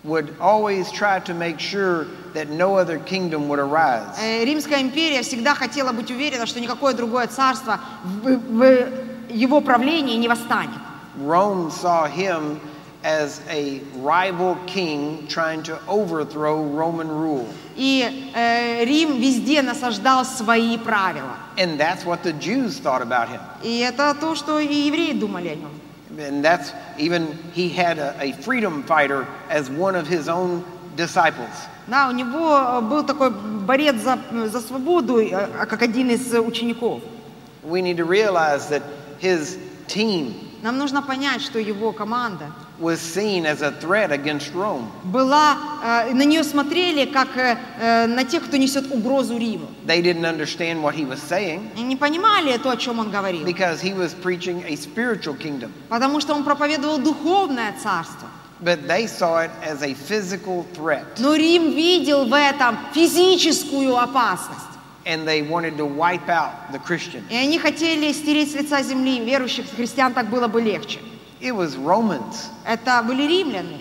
Speaker 1: would always try to make sure that no other kingdom would arise.
Speaker 2: Э, Римская империя всегда хотела быть уверена, что никакое другое царство в, в его правлении не восстанет.
Speaker 1: Rome saw him as a rival king trying to overthrow Roman rule.
Speaker 2: И э, Рим везде насаждал свои правила.
Speaker 1: And that's what the Jews thought about him.
Speaker 2: И это то, что и евреи думали о нем.
Speaker 1: And that's even, he had a, a freedom fighter as one of his own disciples.
Speaker 2: Да, у него э, был такой борец за, за свободу, э, как один из э, учеников.
Speaker 1: We need to realize that his team
Speaker 2: Нам нужно понять, что его команда
Speaker 1: was seen as a threat against Rome.
Speaker 2: была, э, на нее смотрели как э, э, на тех, кто несет угрозу Риму.
Speaker 1: They didn't understand what he was saying
Speaker 2: И не понимали то, о чем он говорил,
Speaker 1: because he was preaching a spiritual kingdom.
Speaker 2: потому что он проповедовал духовное царство.
Speaker 1: But they saw it as a physical threat
Speaker 2: Но Рим видел в этом физическую опасность.
Speaker 1: and they wanted to wipe out the Christian.
Speaker 2: И они хотели стереть с лица земли верующих христиан, так было бы легче.
Speaker 1: It was Romans,
Speaker 2: Это были римляне,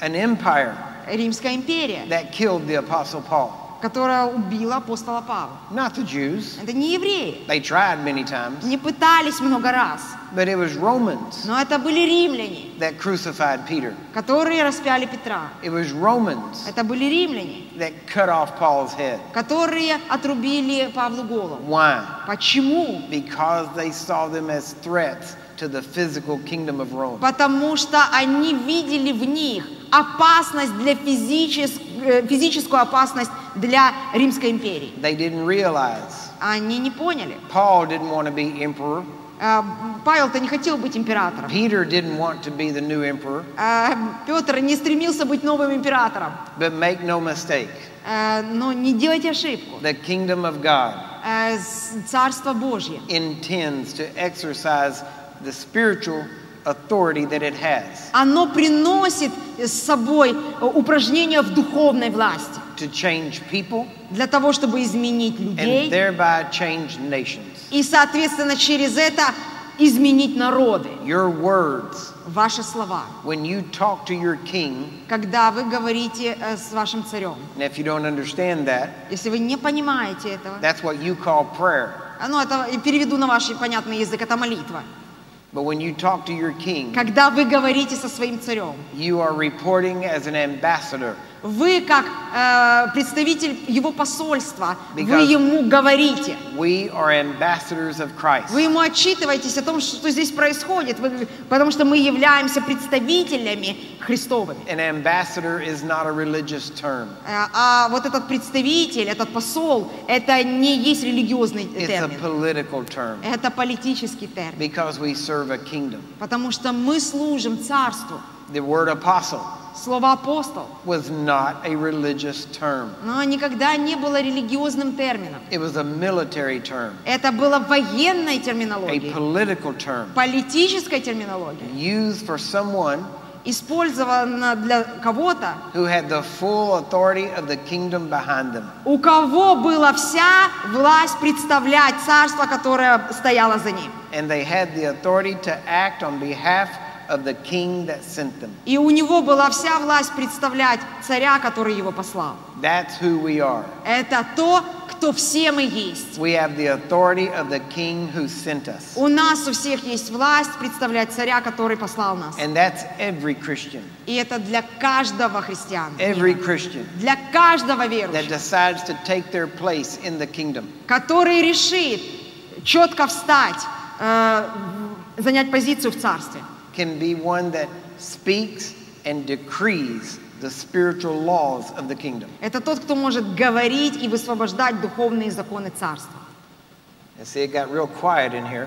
Speaker 1: an empire
Speaker 2: Римская империя,
Speaker 1: that killed the Apostle Paul,
Speaker 2: которая убила апостола Павла.
Speaker 1: not the Jews.
Speaker 2: Это не евреи.
Speaker 1: They tried many times,
Speaker 2: Не pытались много раз,
Speaker 1: but it was Romans
Speaker 2: но это были римляне,
Speaker 1: that crucified Peter.
Speaker 2: которые распяли Петра.
Speaker 1: It was Romans
Speaker 2: Это были римляне,
Speaker 1: that cut off Paul's head.
Speaker 2: которые отрубили Павлу голову.
Speaker 1: Why?
Speaker 2: Почему?
Speaker 1: Because they saw them as threats to the physical kingdom of Rome.
Speaker 2: Потому что они видели в них опасность для физичес- э, физическую опасность для Римской империи.
Speaker 1: They didn't realize
Speaker 2: Они не поняли.
Speaker 1: Paul didn't want to be emperor.
Speaker 2: Э, Павел-то не хотел быть императором.
Speaker 1: Peter didn't want to be the new emperor.
Speaker 2: Э, Петр не стремился быть новым императором.
Speaker 1: But make no mistake,
Speaker 2: Э, Но не делайте ошибку.
Speaker 1: the kingdom of God
Speaker 2: Э, с- Царство Божье
Speaker 1: intends to exercise the spiritual authority that it has
Speaker 2: оно приносит с собой э, упражнения в духовной власти
Speaker 1: to change people
Speaker 2: для того, чтобы изменить людей,
Speaker 1: and thereby change nations.
Speaker 2: И, соответственно, через это изменить народы.
Speaker 1: Your words,
Speaker 2: Ваши слова.
Speaker 1: when you talk to your king,
Speaker 2: Когда вы говорите э, с вашим царем.
Speaker 1: and if you don't understand that,
Speaker 2: Если вы не понимаете этого,
Speaker 1: that's what you call prayer.
Speaker 2: а, ну это я переведу на ваш понятный язык, это молитва.
Speaker 1: But when you talk to your king,
Speaker 2: Когда вы говорите со своим царем,
Speaker 1: you are reporting as an ambassador
Speaker 2: вы как э, представитель его посольства, вы
Speaker 1: Because-
Speaker 2: ему говорите.
Speaker 1: We are ambassadors of Christ.
Speaker 2: Вы ему отчитываетесь о том, что здесь происходит, вы- потому что мы являемся представителями Христовыми.
Speaker 1: An ambassador is not a religious term.
Speaker 2: Э, А вот этот представитель, этот посол, это не есть религиозный
Speaker 1: It's a
Speaker 2: термин.
Speaker 1: political term
Speaker 2: Это политический термин.
Speaker 1: because we serve a kingdom.
Speaker 2: Потому что мы служим царству.
Speaker 1: The word apostle
Speaker 2: Слово апостол,
Speaker 1: was not a religious term.
Speaker 2: но никогда не было религиозным термином.
Speaker 1: It was a military term,
Speaker 2: Это было военной
Speaker 1: a
Speaker 2: терминологией,
Speaker 1: political term
Speaker 2: политической терминологией,
Speaker 1: used for someone
Speaker 2: использовано для кого-то,
Speaker 1: who had the full authority of the kingdom behind them.
Speaker 2: у кого была вся власть представлять царство, которое стояло за ним.
Speaker 1: And they had the authority to act on behalf of the king that sent them.
Speaker 2: И у него была вся власть представлять царя, который его послал.
Speaker 1: That's who we are.
Speaker 2: Это то, кто все мы есть.
Speaker 1: We have the authority of the king who sent us.
Speaker 2: У нас у всех есть власть представлять царя, который послал нас.
Speaker 1: And that's every Christian,
Speaker 2: И это для каждого христианина,
Speaker 1: every Christian
Speaker 2: для каждого
Speaker 1: that
Speaker 2: верующего,
Speaker 1: decides to take their place in the kingdom.
Speaker 2: который решит четко встать, э, занять позицию в царстве.
Speaker 1: Can be one that speaks and decrees the spiritual laws of the kingdom.
Speaker 2: Это тот, кто может говорить и высвобождать духовные законы царства.
Speaker 1: And see, it got real quiet in here,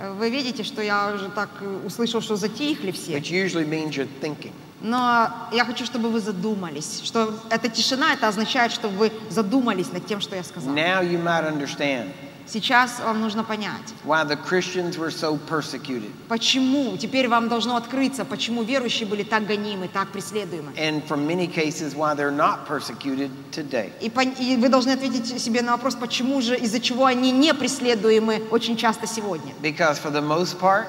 Speaker 2: Э, Вы видите, что я уже так э, услышал, что затихли все.
Speaker 1: which usually means you're thinking.
Speaker 2: Но я хочу, чтобы вы задумались, что эта тишина, это означает, что вы задумались над тем, что я сказала.
Speaker 1: Now you might understand
Speaker 2: Сейчас вам нужно понять,
Speaker 1: why the Christians were so persecuted
Speaker 2: почему, теперь вам должно открыться, почему верующие были так гонимы, так преследуемы.
Speaker 1: and for many cases why they're not persecuted today.
Speaker 2: И, пон- и вы должны ответить себе на вопрос, почему же, из-за чего они не преследуемы очень часто сегодня.
Speaker 1: Because for the most part,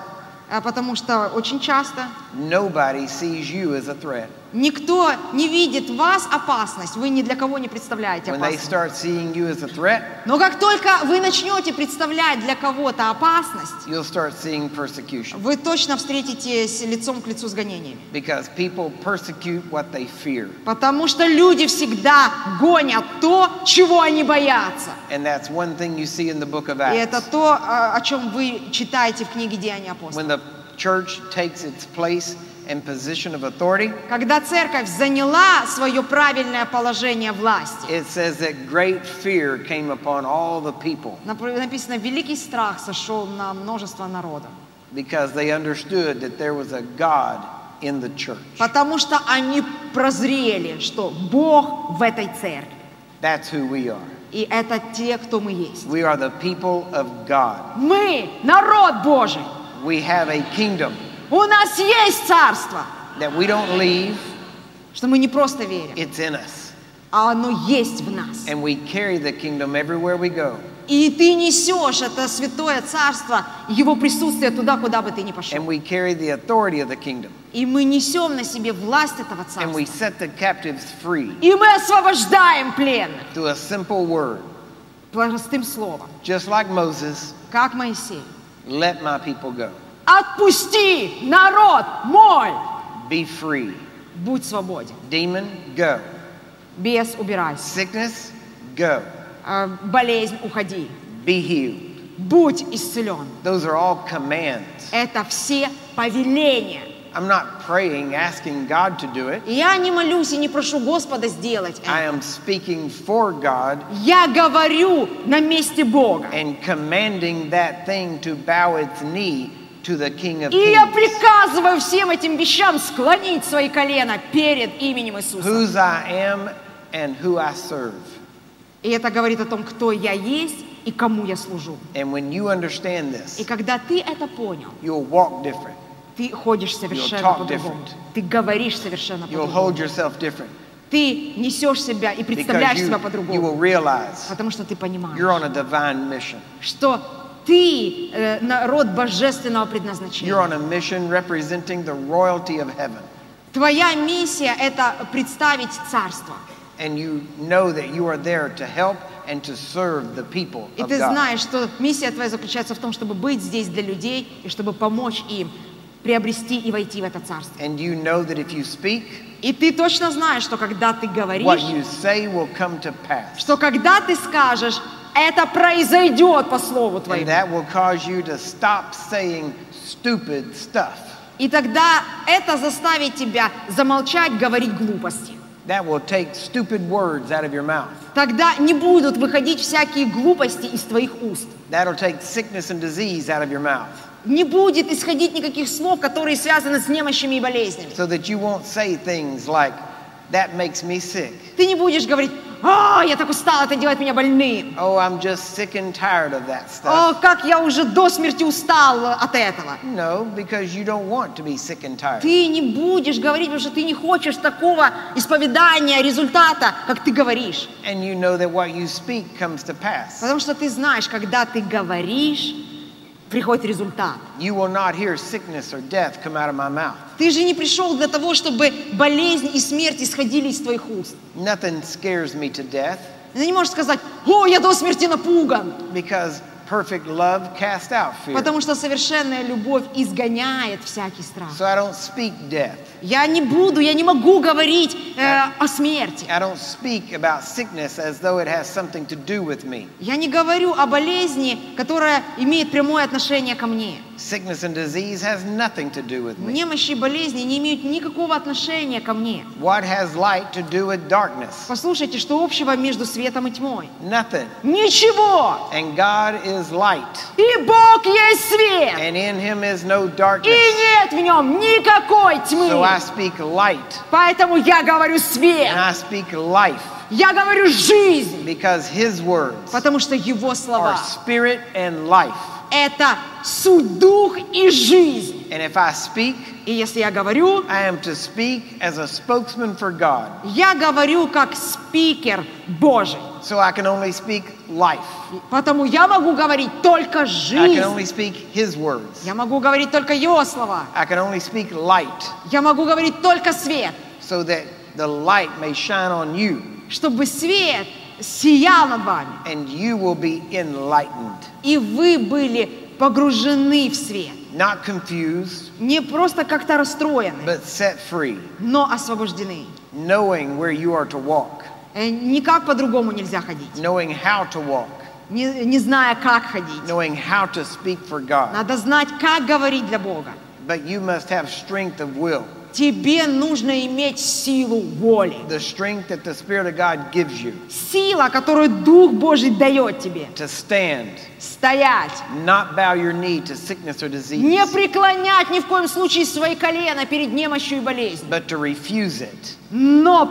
Speaker 2: А Потому что очень часто
Speaker 1: nobody sees you as a threat.
Speaker 2: никто не видит в вас опасность, вы ни для кого не представляете
Speaker 1: When they
Speaker 2: опасность.
Speaker 1: start seeing you as a threat,
Speaker 2: Но как только вы начнете представлять для кого-то опасность,
Speaker 1: you'll start seeing persecution.
Speaker 2: Вы точно встретитесь лицом к лицу с гонениями.
Speaker 1: Because people persecute what they fear,
Speaker 2: Потому что люди всегда гонят то, чего они боятся.
Speaker 1: and that's one thing you see in the book of
Speaker 2: И это
Speaker 1: Acts.
Speaker 2: то, а, о чем вы читаете в книге «Деяния апостолов».
Speaker 1: When the church takes its place and position of authority,
Speaker 2: Когда церковь заняла свое правильное положение власти,
Speaker 1: it says that great fear came upon all the people
Speaker 2: Напр- написано, великий страх сошел на множество народа.
Speaker 1: because they understood that there was a God in the church.
Speaker 2: Потому что они прозрели, что Бог в этой церкви.
Speaker 1: That's who we are.
Speaker 2: И это те, кто мы есть.
Speaker 1: We are the people of God.
Speaker 2: Мы народ Божий.
Speaker 1: We have a kingdom
Speaker 2: У нас есть царство.
Speaker 1: that we don't leave,
Speaker 2: что мы не просто верим,
Speaker 1: it's in us.
Speaker 2: а оно есть в нас.
Speaker 1: And we carry the kingdom everywhere we go.
Speaker 2: И ты несешь это святое царство, его присутствие туда, куда бы ты ни
Speaker 1: And
Speaker 2: пошел.
Speaker 1: we carry the authority of the kingdom.
Speaker 2: И мы несем на себе власть этого
Speaker 1: And we
Speaker 2: царства.
Speaker 1: set the captives free
Speaker 2: И мы освобождаем пленных
Speaker 1: through a simple word.
Speaker 2: простым словом,
Speaker 1: Just like Moses,
Speaker 2: как Моисей.
Speaker 1: let my people go.
Speaker 2: Отпусти народ мой!
Speaker 1: Be free.
Speaker 2: Будь свободен.
Speaker 1: Demon, go.
Speaker 2: Бес, убирайся.
Speaker 1: Sickness, go.
Speaker 2: Э, Болезнь, уходи.
Speaker 1: Be healed.
Speaker 2: Будь исцелен.
Speaker 1: Those are all commands.
Speaker 2: Это все повеления.
Speaker 1: I'm not praying, asking God to do it.
Speaker 2: Я не молюсь и не прошу Господа сделать это.
Speaker 1: I am speaking for God
Speaker 2: Я говорю на месте Бога.
Speaker 1: and commanding that thing to bow its knee to the King of
Speaker 2: И я
Speaker 1: Kings,
Speaker 2: приказываю всем этим вещам склонить свои колена перед именем Иисуса.
Speaker 1: whose I am and who I serve.
Speaker 2: И это говорит о том, кто я есть и кому я служу.
Speaker 1: And when you understand
Speaker 2: И
Speaker 1: this,
Speaker 2: когда ты это понял,
Speaker 1: you'll walk different.
Speaker 2: ты ходишь
Speaker 1: You'll
Speaker 2: совершенно
Speaker 1: talk
Speaker 2: по-другому.
Speaker 1: different.
Speaker 2: Ты говоришь совершенно
Speaker 1: You'll
Speaker 2: по-другому.
Speaker 1: hold yourself different
Speaker 2: Ты несешь себя и представляешь
Speaker 1: because you,
Speaker 2: себя
Speaker 1: you will
Speaker 2: по-другому.
Speaker 1: realize
Speaker 2: Потому что ты
Speaker 1: you're
Speaker 2: понимаешь,
Speaker 1: on a divine mission.
Speaker 2: что ты э, народ божественного
Speaker 1: You're
Speaker 2: предназначения.
Speaker 1: on a mission representing the royalty of heaven.
Speaker 2: Твоя миссия – это представить царство.
Speaker 1: And you know that you are there to help and to serve the people
Speaker 2: И
Speaker 1: of
Speaker 2: ты
Speaker 1: God.
Speaker 2: знаешь, что миссия твоя заключается в том, чтобы быть здесь для людей и чтобы помочь им приобрести и войти в это царство.
Speaker 1: And you know that if you speak,
Speaker 2: И ты точно знаешь, что когда ты
Speaker 1: what
Speaker 2: говоришь,
Speaker 1: you say will come to pass.
Speaker 2: что когда ты скажешь, это произойдет по слову
Speaker 1: And
Speaker 2: твоему.
Speaker 1: that will cause you to stop saying stupid stuff.
Speaker 2: И тогда это заставит тебя замолчать, говорить глупости.
Speaker 1: That will take stupid words out of your mouth.
Speaker 2: Тогда не будут выходить всякие глупости из твоих уст.
Speaker 1: That'll take sickness and disease out of your mouth.
Speaker 2: Не будет исходить никаких слов, которые связаны с немощами и болезнями.
Speaker 1: So that you won't say things like, that makes me sick.
Speaker 2: Ты не будешь говорить, а, я так устал, это делает меня больным.
Speaker 1: Oh, I'm just sick and tired of that stuff.
Speaker 2: О, как я уже до смерти устал от этого.
Speaker 1: No, because you don't want to be sick and tired.
Speaker 2: Ты не будешь говорить, потому что ты не хочешь такого исповедания, результата, как ты говоришь.
Speaker 1: And you know that what you speak comes to pass.
Speaker 2: Потому что ты знаешь, когда ты говоришь, приходит результат.
Speaker 1: You will not hear sickness or death come out of my mouth.
Speaker 2: Ты же не пришел для того, чтобы болезнь и смерть исходили из твоих уст.
Speaker 1: Nothing scares me to death
Speaker 2: Ты не можешь сказать, о, я до смерти напуган,
Speaker 1: because perfect love casts out fear.
Speaker 2: потому что совершенная любовь изгоняет всякий страх.
Speaker 1: So I don't speak death.
Speaker 2: Я не буду, я не могу говорить э, о смерти.
Speaker 1: I don't speak about sickness as though it has something to do with me.
Speaker 2: Я не говорю о болезни, которая имеет прямое отношение ко мне.
Speaker 1: Sickness and disease has nothing to do with me.
Speaker 2: Немощи и болезни не имеют никакого отношения ко мне.
Speaker 1: What has light to do with darkness?
Speaker 2: Послушайте, что общего между светом и тьмой?
Speaker 1: Nothing.
Speaker 2: Ничего!
Speaker 1: And God is light,
Speaker 2: И Бог есть свет!
Speaker 1: and in him is no
Speaker 2: И
Speaker 1: darkness.
Speaker 2: нет в нем никакой
Speaker 1: So I
Speaker 2: тьмы!
Speaker 1: speak light,
Speaker 2: Поэтому я говорю
Speaker 1: and
Speaker 2: свет!
Speaker 1: I speak life
Speaker 2: Я говорю жизнь!
Speaker 1: because his words
Speaker 2: Потому что его
Speaker 1: are
Speaker 2: слова
Speaker 1: spirit and life.
Speaker 2: – это суть, дух и жизнь.
Speaker 1: And if I speak,
Speaker 2: И если я говорю,
Speaker 1: I am to speak as a spokesman for God.
Speaker 2: я говорю как спикер Божий.
Speaker 1: So I can only speak life.
Speaker 2: Потому я могу говорить только
Speaker 1: I can
Speaker 2: жизнь.
Speaker 1: only speak His words.
Speaker 2: Я могу говорить только его слова.
Speaker 1: I can only speak light
Speaker 2: Я могу говорить только свет.
Speaker 1: so that the light may shine on you
Speaker 2: Чтобы свет сиял над вами.
Speaker 1: and you will be enlightened,
Speaker 2: И вы были погружены в свет.
Speaker 1: not confused,
Speaker 2: Не просто как-то расстроены,
Speaker 1: but set free,
Speaker 2: но освобождены.
Speaker 1: knowing where you are to walk,
Speaker 2: Э, Никак по-другому нельзя ходить.
Speaker 1: knowing how to walk,
Speaker 2: Не, не зная, как ходить.
Speaker 1: knowing how to speak for God.
Speaker 2: Надо знать, как говорить для Бога.
Speaker 1: But you must have strength of will,
Speaker 2: Тебе нужно иметь силу воли.
Speaker 1: the strength that the Spirit of God gives you
Speaker 2: Сила, которую Дух Божий дает тебе.
Speaker 1: to stand,
Speaker 2: Стоять.
Speaker 1: not bow your knee to sickness or disease,
Speaker 2: Не преклонять ни в коем случае свои колена перед немощью и болезнью.
Speaker 1: but to refuse it
Speaker 2: Но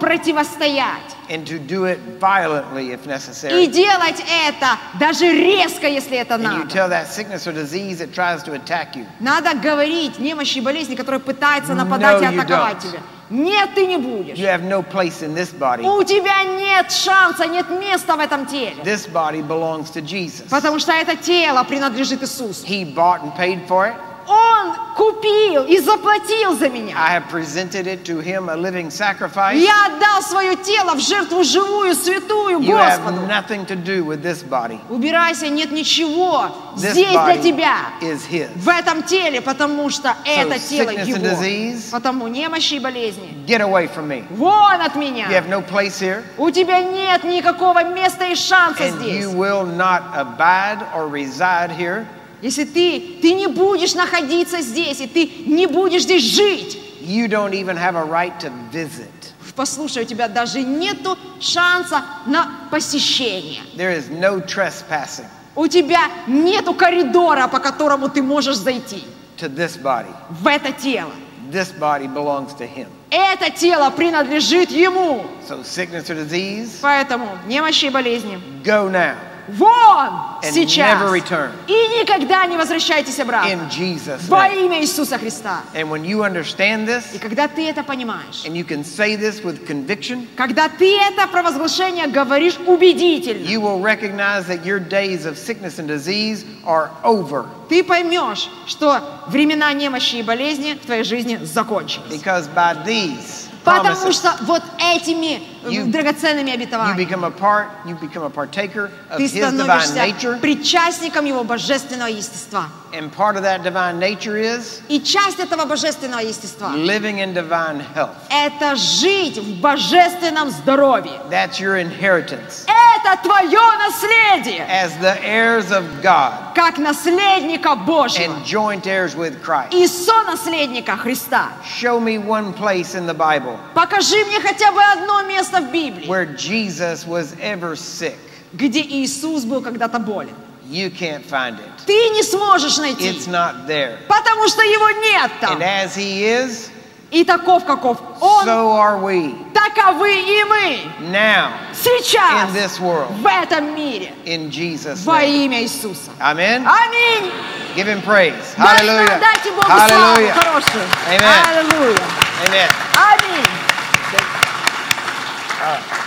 Speaker 2: противостоять.
Speaker 1: and to do it violently if necessary.
Speaker 2: И делать это даже резко, если это
Speaker 1: And you
Speaker 2: надо.
Speaker 1: tell that sickness or disease that tries to attack you,
Speaker 2: Надо говорить немощи и болезни, которые пытаются нападать и
Speaker 1: No, you
Speaker 2: атаковать
Speaker 1: don't.
Speaker 2: тебя. Нет, ты не будешь.
Speaker 1: you have no place in this body.
Speaker 2: У тебя нет шанса, нет места в этом теле.
Speaker 1: This body belongs to Jesus.
Speaker 2: Потому что это тело принадлежит Иисусу.
Speaker 1: He bought and paid for it.
Speaker 2: Он купил и заплатил за меня.
Speaker 1: I have presented it to Him a living sacrifice.
Speaker 2: Я отдал свое тело в жертву живую, святую
Speaker 1: You have
Speaker 2: Господу.
Speaker 1: nothing to do with this body.
Speaker 2: Убирайся, нет ничего
Speaker 1: This
Speaker 2: здесь для
Speaker 1: body
Speaker 2: тебя,
Speaker 1: is His.
Speaker 2: в этом теле, потому что это тело
Speaker 1: sickness and
Speaker 2: Его.
Speaker 1: disease-
Speaker 2: Потому немощи и болезни.
Speaker 1: Get away from me.
Speaker 2: Вон от
Speaker 1: You
Speaker 2: меня.
Speaker 1: have no place here,
Speaker 2: У тебя нет никакого места и шанса
Speaker 1: and
Speaker 2: здесь.
Speaker 1: you will not abide or reside here.
Speaker 2: Если ты, ты не будешь находиться здесь, и ты не будешь здесь жить.
Speaker 1: You don't even have a right to visit.
Speaker 2: Послушай, у тебя даже нету шанса на посещение.
Speaker 1: There is no trespassing
Speaker 2: У тебя нету коридора, по которому ты можешь зайти
Speaker 1: to this body.
Speaker 2: в это тело.
Speaker 1: This body belongs to Him.
Speaker 2: Это тело принадлежит ему.
Speaker 1: So, sickness or disease,
Speaker 2: Поэтому немощи и болезни.
Speaker 1: go now
Speaker 2: Вон
Speaker 1: And
Speaker 2: сейчас.
Speaker 1: never return.
Speaker 2: И никогда не возвращайтесь обратно.
Speaker 1: in Jesus'
Speaker 2: Во
Speaker 1: name.
Speaker 2: имя Иисуса Христа.
Speaker 1: And when you understand
Speaker 2: И
Speaker 1: this,
Speaker 2: когда ты это понимаешь,
Speaker 1: and you can say this with conviction,
Speaker 2: когда ты это провозглашение говоришь убедительно,
Speaker 1: you will recognize that your days of sickness and disease are over
Speaker 2: ты поймешь, что времена немощи и болезни в твоей жизни закончились.
Speaker 1: because by these
Speaker 2: Потому
Speaker 1: promises.
Speaker 2: что вот этими э,
Speaker 1: You-
Speaker 2: драгоценными
Speaker 1: You
Speaker 2: обетованиями
Speaker 1: become a part, you become a partaker of
Speaker 2: ты
Speaker 1: His divine
Speaker 2: становишься
Speaker 1: nature.
Speaker 2: причастником Его божественного естества.
Speaker 1: And part of that divine nature is
Speaker 2: И часть этого божественного естества
Speaker 1: living in divine health.
Speaker 2: – это жить в божественном здоровье.
Speaker 1: That's your inheritance.
Speaker 2: Это твое наследие,
Speaker 1: As the heirs of God
Speaker 2: как наследника Божьего
Speaker 1: and joint heirs with Christ.
Speaker 2: и сонаследника Христа.
Speaker 1: Show me one place in the Bible
Speaker 2: Покажи мне хотя бы одно место в Библии,
Speaker 1: where Jesus was ever sick.
Speaker 2: где Иисус был когда-то болен.
Speaker 1: You can't find it.
Speaker 2: Ты не сможешь найти,
Speaker 1: It's not there.
Speaker 2: потому что его нет там.
Speaker 1: And as He is,
Speaker 2: И таков, каков он,
Speaker 1: so are we
Speaker 2: таковы и мы.
Speaker 1: now
Speaker 2: Сейчас,
Speaker 1: in this world
Speaker 2: в этом мире,
Speaker 1: in Jesus'
Speaker 2: во
Speaker 1: name.
Speaker 2: имя Иисуса.
Speaker 1: Amen.
Speaker 2: Аминь.
Speaker 1: Give Him praise.
Speaker 2: Дайте-
Speaker 1: Hallelujah.
Speaker 2: Дайте Богу славу
Speaker 1: Hallelujah.
Speaker 2: хорошую.
Speaker 1: Amen.
Speaker 2: Аллилуйя.
Speaker 1: Amen.
Speaker 2: Аминь.